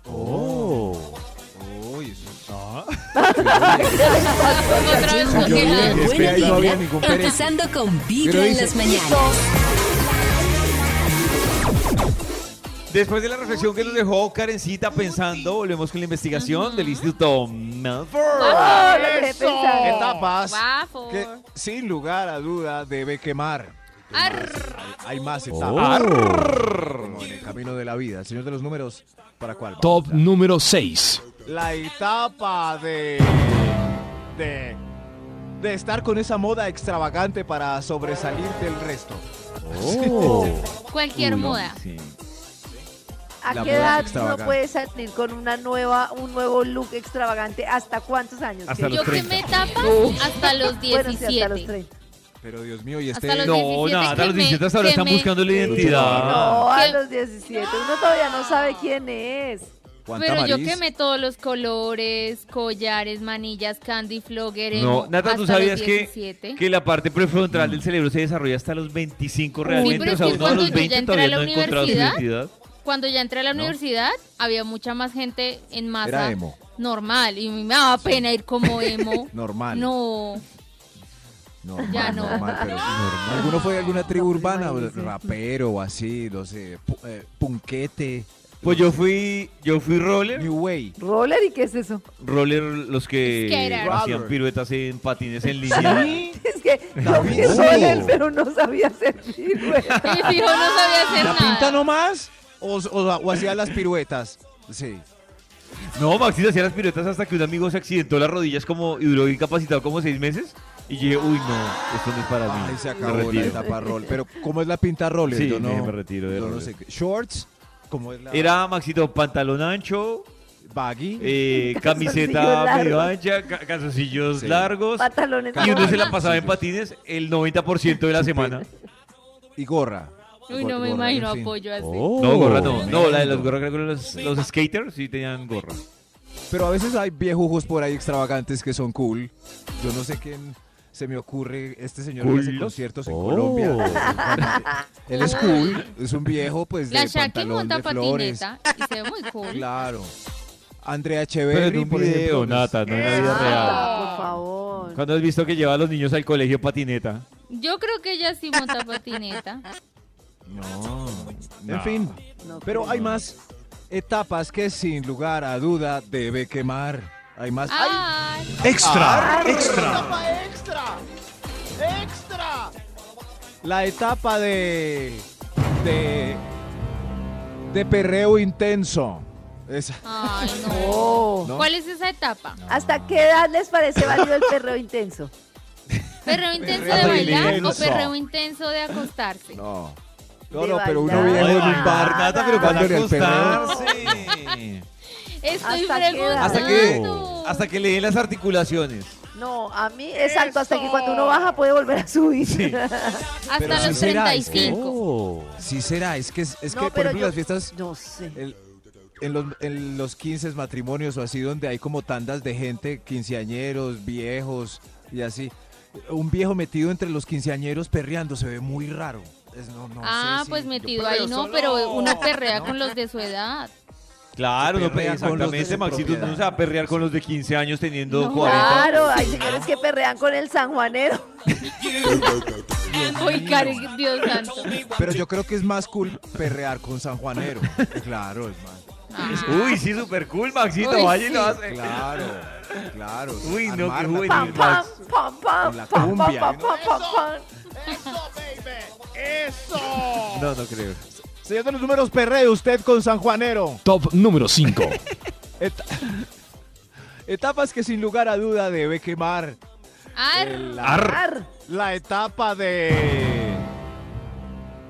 [SPEAKER 6] Uy, eso-
[SPEAKER 4] Otra vez
[SPEAKER 1] Lleva una
[SPEAKER 4] congelado.
[SPEAKER 1] buena
[SPEAKER 6] Espera, ahí no había
[SPEAKER 1] vibra,
[SPEAKER 6] ningún Pérez.
[SPEAKER 1] empezando con
[SPEAKER 6] Pero
[SPEAKER 1] Vibra en
[SPEAKER 6] dice-
[SPEAKER 1] las mañanas.
[SPEAKER 5] Después de la reflexión que nos dejó Karencita pensando, volvemos con la investigación del Instituto Melford.
[SPEAKER 3] ¡Oh, lo dejé pensar!
[SPEAKER 6] Etapas
[SPEAKER 4] Guapo.
[SPEAKER 6] que sin lugar a duda debe quemar.
[SPEAKER 4] Arr.
[SPEAKER 6] Hay más etapas. Como en el camino de la vida. El señor de los números, ¿para cuál? vamos?
[SPEAKER 7] Top número 6.
[SPEAKER 6] La etapa de. de. de estar con esa moda extravagante para sobresalir del resto.
[SPEAKER 5] Oh.
[SPEAKER 6] Oh.
[SPEAKER 4] Cualquier moda.
[SPEAKER 5] Sí.
[SPEAKER 3] ¿A
[SPEAKER 6] La
[SPEAKER 3] qué
[SPEAKER 6] moda
[SPEAKER 3] edad uno
[SPEAKER 6] extravagante.
[SPEAKER 3] puede salir con una nueva, un nuevo look extravagante? ¿Hasta cuántos años?
[SPEAKER 5] Hasta
[SPEAKER 3] ¿Qué?
[SPEAKER 5] los
[SPEAKER 4] Yo que
[SPEAKER 5] 30.
[SPEAKER 4] me tapas hasta los
[SPEAKER 3] Bueno, sí, hasta los
[SPEAKER 4] 17.
[SPEAKER 3] 30.
[SPEAKER 6] [LAUGHS] Pero Dios mío, y este.
[SPEAKER 4] Hasta los
[SPEAKER 6] no,
[SPEAKER 4] 17
[SPEAKER 5] No, nada,
[SPEAKER 4] que
[SPEAKER 5] los
[SPEAKER 4] me-
[SPEAKER 5] 17 hasta ahora
[SPEAKER 4] que
[SPEAKER 5] están
[SPEAKER 4] me-
[SPEAKER 5] buscando la identidad.
[SPEAKER 3] No, a
[SPEAKER 4] ¿Qué?
[SPEAKER 3] los 17. Uno todavía no sabe quién es.
[SPEAKER 6] ¿cuánta
[SPEAKER 4] Pero yo
[SPEAKER 6] Maris?
[SPEAKER 4] quemé todos los colores, collares, manillas, candy flogger.
[SPEAKER 5] No,
[SPEAKER 4] emo,
[SPEAKER 5] Nata, ¿tú
[SPEAKER 4] hasta los
[SPEAKER 5] sabías que,
[SPEAKER 4] 17.
[SPEAKER 5] que la parte prefrontal del cerebro se desarrolla hasta los 25 realmente?
[SPEAKER 4] pero
[SPEAKER 5] o sea,
[SPEAKER 4] es que
[SPEAKER 5] uno a
[SPEAKER 4] cuando
[SPEAKER 5] los
[SPEAKER 4] yo
[SPEAKER 5] 20
[SPEAKER 4] entré
[SPEAKER 5] todavía
[SPEAKER 4] a la
[SPEAKER 5] no ha encontrado su
[SPEAKER 4] universidad,
[SPEAKER 5] identidad.
[SPEAKER 4] Cuando ya entré a la
[SPEAKER 5] No.
[SPEAKER 4] universidad, había mucha más gente en
[SPEAKER 6] Era
[SPEAKER 4] masa
[SPEAKER 6] emo,
[SPEAKER 4] normal. Y me daba pena ir
[SPEAKER 5] [LAUGHS]
[SPEAKER 4] como emo.
[SPEAKER 6] normal.
[SPEAKER 4] No,
[SPEAKER 6] normal,
[SPEAKER 4] ya no.
[SPEAKER 6] normal,
[SPEAKER 4] [LAUGHS]
[SPEAKER 6] pero ¿Alguno fue de alguna tribu
[SPEAKER 3] No, pues,
[SPEAKER 6] urbana?
[SPEAKER 3] imagínese.
[SPEAKER 6] Rapero o así, no sé, pu- eh, punquete.
[SPEAKER 5] Pues yo fui, yo fui roller,
[SPEAKER 6] New Way.
[SPEAKER 3] ¿Roller y qué es eso? [LAUGHS]
[SPEAKER 5] roller los que
[SPEAKER 4] Skater.
[SPEAKER 5] hacían
[SPEAKER 6] Roller.
[SPEAKER 5] piruetas en patines en línea.
[SPEAKER 3] Es que yo fui
[SPEAKER 6] David.
[SPEAKER 3] roller, pero no sabía [LAUGHS] servir, güey.
[SPEAKER 5] [LAUGHS]
[SPEAKER 4] y fijo, no sabía hacer
[SPEAKER 6] ¿La
[SPEAKER 4] nada.
[SPEAKER 6] pinta nomás? O, o, o hacía las piruetas. Sí.
[SPEAKER 5] No, Maxito hacía las piruetas hasta que un amigo se accidentó las rodillas como y duró incapacitado como seis meses. Y yo dije, uy, no, esto no es para mí.
[SPEAKER 6] Ahí
[SPEAKER 5] Me
[SPEAKER 6] se acabó la
[SPEAKER 5] retiro".
[SPEAKER 6] etapa roll. Pero ¿cómo es la pinta roller?
[SPEAKER 5] Sí,
[SPEAKER 6] yo no,
[SPEAKER 5] me retiro de
[SPEAKER 6] yo no
[SPEAKER 5] roller.
[SPEAKER 6] sé qué. Shorts, como es la
[SPEAKER 5] Era Maxito pantalón ancho,
[SPEAKER 6] baggy.
[SPEAKER 3] [LAUGHS]
[SPEAKER 5] eh,
[SPEAKER 3] Calzoncillos
[SPEAKER 5] camiseta
[SPEAKER 3] largos.
[SPEAKER 5] medio ancha, ca- calzoncillos
[SPEAKER 6] Sí.
[SPEAKER 5] largos.
[SPEAKER 3] Pantalones.
[SPEAKER 5] Y uno
[SPEAKER 3] cortos.
[SPEAKER 5] se la pasaba en patines el 90% de la
[SPEAKER 6] [LAUGHS]
[SPEAKER 5] semana.
[SPEAKER 6] y gorra.
[SPEAKER 4] Uy, no me
[SPEAKER 6] Gorra, en
[SPEAKER 4] imagino
[SPEAKER 6] fin.
[SPEAKER 4] apoyo así.
[SPEAKER 5] No, gorra no. No, la de los,
[SPEAKER 6] tremendo.
[SPEAKER 5] gorra, creo que los, los skaters sí tenían gorra.
[SPEAKER 6] Pero a veces hay viejujos por ahí extravagantes que son cool. Yo no sé quién se me ocurre. Este señor que hace
[SPEAKER 5] ¿Cool?
[SPEAKER 6] conciertos en
[SPEAKER 5] Oh.
[SPEAKER 6] Colombia. [LAUGHS] Él es cool, es un viejo, pues
[SPEAKER 4] La
[SPEAKER 6] de
[SPEAKER 4] Shaki
[SPEAKER 6] pantalón
[SPEAKER 4] monta
[SPEAKER 6] de flores.
[SPEAKER 4] patineta y se ve muy cool.
[SPEAKER 6] Claro. Andrea Echeverri, por ejemplo. nos-
[SPEAKER 5] no en
[SPEAKER 3] Ah,
[SPEAKER 5] la
[SPEAKER 3] Por favor.
[SPEAKER 5] ¿Cuándo has visto que lleva a los niños al colegio patineta?
[SPEAKER 4] Yo creo que ella sí monta patineta.
[SPEAKER 5] No.
[SPEAKER 6] En fin.
[SPEAKER 3] No
[SPEAKER 6] Pero
[SPEAKER 3] creo.
[SPEAKER 6] hay más etapas que sin lugar a duda debe quemar. Hay más.
[SPEAKER 4] Ah. Ay,
[SPEAKER 7] ¡Extra! ¡Extra! ¡Etapa extra! ¡Extra!
[SPEAKER 6] La etapa de. de. de perreo intenso. Esa.
[SPEAKER 4] ay, no.
[SPEAKER 3] Oh.
[SPEAKER 6] ¿no?
[SPEAKER 4] ¿Cuál es esa etapa?
[SPEAKER 3] ¿Hasta qué edad les parece válido el perreo intenso?
[SPEAKER 4] ¿Perreo intenso de
[SPEAKER 6] Perreo
[SPEAKER 4] bailar o
[SPEAKER 6] intenso.
[SPEAKER 4] perreo intenso de acostarse?
[SPEAKER 6] No.
[SPEAKER 3] De
[SPEAKER 6] No, no, pero uno
[SPEAKER 3] bailar.
[SPEAKER 6] viejo
[SPEAKER 3] Ay,
[SPEAKER 6] en
[SPEAKER 3] ay,
[SPEAKER 6] un bar.
[SPEAKER 5] Nata, pero
[SPEAKER 6] ¿Cuándo
[SPEAKER 5] para
[SPEAKER 6] era el perreo?
[SPEAKER 5] acostarse.
[SPEAKER 4] Estoy
[SPEAKER 3] ¿Hasta qué edad?
[SPEAKER 4] preguntando.
[SPEAKER 5] hasta que hasta que le den las articulaciones.
[SPEAKER 3] [LAUGHS] No, a mí, exacto, hasta que
[SPEAKER 8] Eso.
[SPEAKER 3] cuando uno baja puede volver a subir. [LAUGHS]
[SPEAKER 4] Hasta
[SPEAKER 6] Pero
[SPEAKER 4] los
[SPEAKER 6] sí será, es que-
[SPEAKER 4] 35.
[SPEAKER 5] Oh.
[SPEAKER 6] Sí será, es que es, es
[SPEAKER 3] No,
[SPEAKER 6] que por
[SPEAKER 3] pero
[SPEAKER 6] ejemplo
[SPEAKER 3] yo-
[SPEAKER 6] las fiestas eh,
[SPEAKER 3] No sé.
[SPEAKER 6] el- en los, en los 15 matrimonios o así donde hay como tandas de gente, quinceañeros, viejos y así. Un viejo metido entre los quinceañeros perreando se ve muy raro. Es- no- no
[SPEAKER 4] Ah,
[SPEAKER 6] sé si-
[SPEAKER 4] pues
[SPEAKER 6] yo
[SPEAKER 4] metido
[SPEAKER 7] perreo
[SPEAKER 4] ahí no,
[SPEAKER 7] solo.
[SPEAKER 4] pero uno perrea
[SPEAKER 6] No.
[SPEAKER 4] con los de su edad.
[SPEAKER 5] Claro,
[SPEAKER 6] Se
[SPEAKER 5] no
[SPEAKER 6] perrea
[SPEAKER 5] perrea
[SPEAKER 6] con los de
[SPEAKER 5] exactamente,
[SPEAKER 6] su
[SPEAKER 5] Maxito,
[SPEAKER 6] propiedad.
[SPEAKER 5] no se va a perrear con los de 15 años teniendo
[SPEAKER 4] No.
[SPEAKER 5] 40.
[SPEAKER 3] Claro, hay señores que perrean con el sanjuanero.
[SPEAKER 4] Uy, cari, Dios santo.
[SPEAKER 6] Pero yo creo que es más cool perrear con San Juanero.
[SPEAKER 4] [LAUGHS]
[SPEAKER 6] claro, es más.
[SPEAKER 5] Uy, sí, super cool, Maxito,
[SPEAKER 4] Uy,
[SPEAKER 5] vaya y lo
[SPEAKER 4] sí.
[SPEAKER 5] hace.
[SPEAKER 6] Claro, claro.
[SPEAKER 5] Uy, no, qué
[SPEAKER 6] Armarla
[SPEAKER 5] juvenil.
[SPEAKER 3] Pam, pam, pam, pam,
[SPEAKER 6] Con la
[SPEAKER 3] pam, pam,
[SPEAKER 6] cumbia,
[SPEAKER 3] pam,
[SPEAKER 6] ¿no?
[SPEAKER 3] pam, pam, pam.
[SPEAKER 7] ¡Eso, baby! ¡Eso!
[SPEAKER 5] No, no creo.
[SPEAKER 7] Señor de los números, perree usted con San Juanero.
[SPEAKER 10] Top número 5.
[SPEAKER 6] Eta- [LAUGHS] Etapas que sin lugar a duda debe quemar.
[SPEAKER 4] Ar,
[SPEAKER 6] El-
[SPEAKER 3] Ar.
[SPEAKER 7] La etapa de...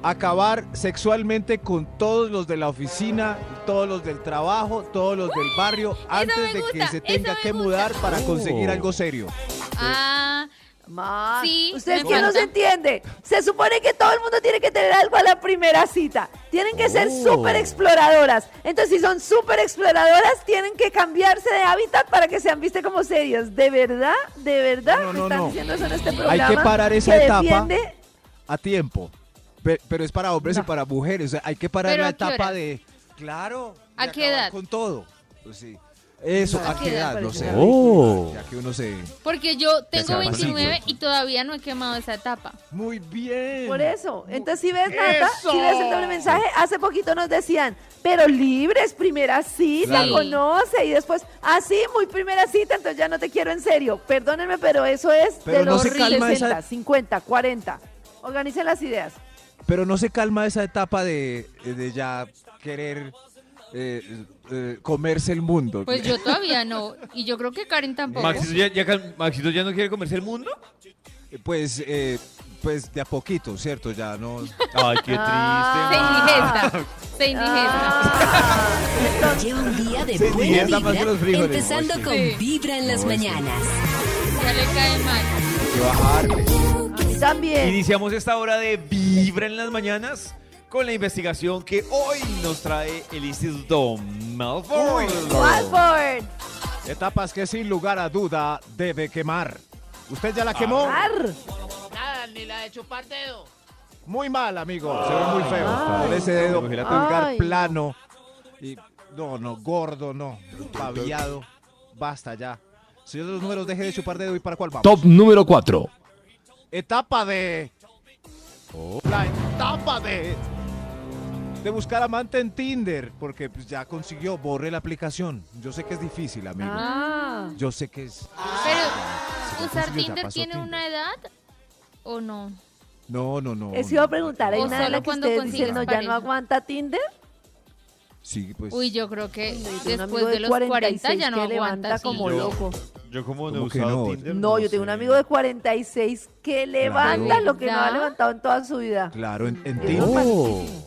[SPEAKER 6] acabar sexualmente con todos los de la oficina, todos los del trabajo, todos los del barrio, antes
[SPEAKER 4] me
[SPEAKER 6] de que
[SPEAKER 4] gusta,
[SPEAKER 6] se
[SPEAKER 4] eso
[SPEAKER 6] tenga
[SPEAKER 4] me
[SPEAKER 6] que
[SPEAKER 4] gusta.
[SPEAKER 6] mudar para conseguir
[SPEAKER 5] Oh.
[SPEAKER 6] algo serio.
[SPEAKER 4] ah,
[SPEAKER 3] Ma,
[SPEAKER 4] Sí,
[SPEAKER 3] ¿Ustedes
[SPEAKER 4] me
[SPEAKER 3] que no se
[SPEAKER 4] encanta.
[SPEAKER 3] entiende? Se supone que todo el mundo tiene que tener algo a la primera cita. Tienen que ser
[SPEAKER 6] Oh.
[SPEAKER 3] súper exploradoras. Entonces, si son súper exploradoras, tienen que cambiarse de hábitat para que sean viste como serios. ¿De verdad? ¿De verdad?
[SPEAKER 6] No, no,
[SPEAKER 3] ¿Me
[SPEAKER 6] no,
[SPEAKER 3] están
[SPEAKER 6] no.
[SPEAKER 3] diciendo eso en este
[SPEAKER 6] que
[SPEAKER 3] programa?
[SPEAKER 6] parar esa
[SPEAKER 3] que
[SPEAKER 6] etapa.
[SPEAKER 3] defiende-
[SPEAKER 6] A tiempo. Pe- Pero es para hombres y
[SPEAKER 3] No.
[SPEAKER 6] para mujeres. o sea, hay que parar
[SPEAKER 4] ¿Pero
[SPEAKER 6] la
[SPEAKER 4] a qué
[SPEAKER 6] etapa
[SPEAKER 4] horas?
[SPEAKER 6] de. Claro.
[SPEAKER 4] ¿A
[SPEAKER 6] de
[SPEAKER 4] qué
[SPEAKER 6] acabar
[SPEAKER 4] edad?
[SPEAKER 6] Con todo. Pues sí. Eso,
[SPEAKER 3] No,
[SPEAKER 6] ¿a qué edad? No
[SPEAKER 3] parece
[SPEAKER 6] sé.
[SPEAKER 10] Oh.
[SPEAKER 6] Ya que uno se.
[SPEAKER 4] porque yo tengo
[SPEAKER 10] sea más
[SPEAKER 4] 29
[SPEAKER 10] cinco.
[SPEAKER 4] y todavía no he quemado esa etapa.
[SPEAKER 6] Muy bien.
[SPEAKER 3] Por eso. Entonces, si ves, Nata, si ves el doble mensaje, hace poquito nos decían, pero libres, primera cita,
[SPEAKER 4] Claro.
[SPEAKER 3] conoce, y después, así, muy primera cita, entonces ya no te quiero en serio. Perdónenme, pero eso es
[SPEAKER 6] Pero
[SPEAKER 3] de
[SPEAKER 6] no
[SPEAKER 3] los
[SPEAKER 6] se calma
[SPEAKER 3] 60,
[SPEAKER 6] esa-
[SPEAKER 3] 50, 40. Organicen las ideas.
[SPEAKER 6] Pero no se calma esa etapa de, de ya querer eh, eh, comerse el mundo.
[SPEAKER 4] Pues yo todavía no, y yo creo que Karen tampoco.
[SPEAKER 5] Maxito ya, ya cal- Maxito ya no quiere comerse el mundo.
[SPEAKER 6] Pues, eh, pues de a poquito, ¿cierto? Ya no.
[SPEAKER 5] Ay, qué
[SPEAKER 4] Se
[SPEAKER 3] Ah.
[SPEAKER 4] indigesta, se indigesta.
[SPEAKER 1] Lleva un día de
[SPEAKER 5] Sí,
[SPEAKER 1] buena
[SPEAKER 5] anda más que los
[SPEAKER 1] vibra,
[SPEAKER 5] frijoles.
[SPEAKER 1] empezando
[SPEAKER 4] Oye.
[SPEAKER 1] con
[SPEAKER 4] Sí.
[SPEAKER 1] Vibra en las mañanas.
[SPEAKER 4] Ya le cae mal.
[SPEAKER 3] A mí también.
[SPEAKER 5] Iniciamos esta hora de Vibra en las mañanas con la investigación que hoy nos trae el Instituto Malfoy.
[SPEAKER 3] Walford.
[SPEAKER 7] Etapas que sin lugar a duda debe quemar. ¿Usted ya la quemó?
[SPEAKER 3] Ar.
[SPEAKER 8] Nada, ni la de chupar dedo.
[SPEAKER 7] Muy mal, amigo. Se ve muy feo.
[SPEAKER 3] Ay.
[SPEAKER 7] Con ese dedo
[SPEAKER 5] Ay.
[SPEAKER 7] pulgar plano. Y, no, no, gordo, no. Paviado. Basta ya. Señor de los números, deje de chupar dedo y para cuál vamos.
[SPEAKER 10] Top número 4.
[SPEAKER 7] Etapa de. La etapa de.
[SPEAKER 6] De buscar amante en Tinder, porque pues, ya consiguió, borre la aplicación. Yo sé que es difícil, amigo.
[SPEAKER 3] Ah.
[SPEAKER 6] Yo sé que es.
[SPEAKER 4] Pero, ¿usar
[SPEAKER 6] consiguió, ya
[SPEAKER 4] Tinder
[SPEAKER 6] pasó
[SPEAKER 4] tiene
[SPEAKER 6] Tinder.
[SPEAKER 4] una edad o no?
[SPEAKER 6] No, no, no.
[SPEAKER 3] Eso
[SPEAKER 6] no.
[SPEAKER 3] iba a preguntar, ¿hay
[SPEAKER 4] O
[SPEAKER 3] una de
[SPEAKER 4] solo
[SPEAKER 3] las que
[SPEAKER 4] cuando
[SPEAKER 3] ustedes
[SPEAKER 4] consigues
[SPEAKER 3] dicen, no, ya
[SPEAKER 4] pareja.
[SPEAKER 3] no aguanta Tinder?
[SPEAKER 6] Sí, pues.
[SPEAKER 4] Uy, yo creo que
[SPEAKER 3] Tengo un
[SPEAKER 4] después
[SPEAKER 3] amigo
[SPEAKER 4] de los 40
[SPEAKER 3] 46
[SPEAKER 4] ya no
[SPEAKER 3] que levanta
[SPEAKER 4] aguanta. sí.
[SPEAKER 3] como
[SPEAKER 5] Yo-
[SPEAKER 3] loco.
[SPEAKER 5] Yo como no he
[SPEAKER 6] ¿Cómo que
[SPEAKER 5] usado
[SPEAKER 6] no?
[SPEAKER 5] Tinder.
[SPEAKER 3] No, yo tengo un
[SPEAKER 5] sé.
[SPEAKER 3] amigo de 46 que levanta lo que no ha
[SPEAKER 4] ¿Verdad?
[SPEAKER 3] levantado en toda su vida.
[SPEAKER 6] Claro, en, en
[SPEAKER 3] Yo
[SPEAKER 6] Tinder.
[SPEAKER 3] no-
[SPEAKER 4] Ay,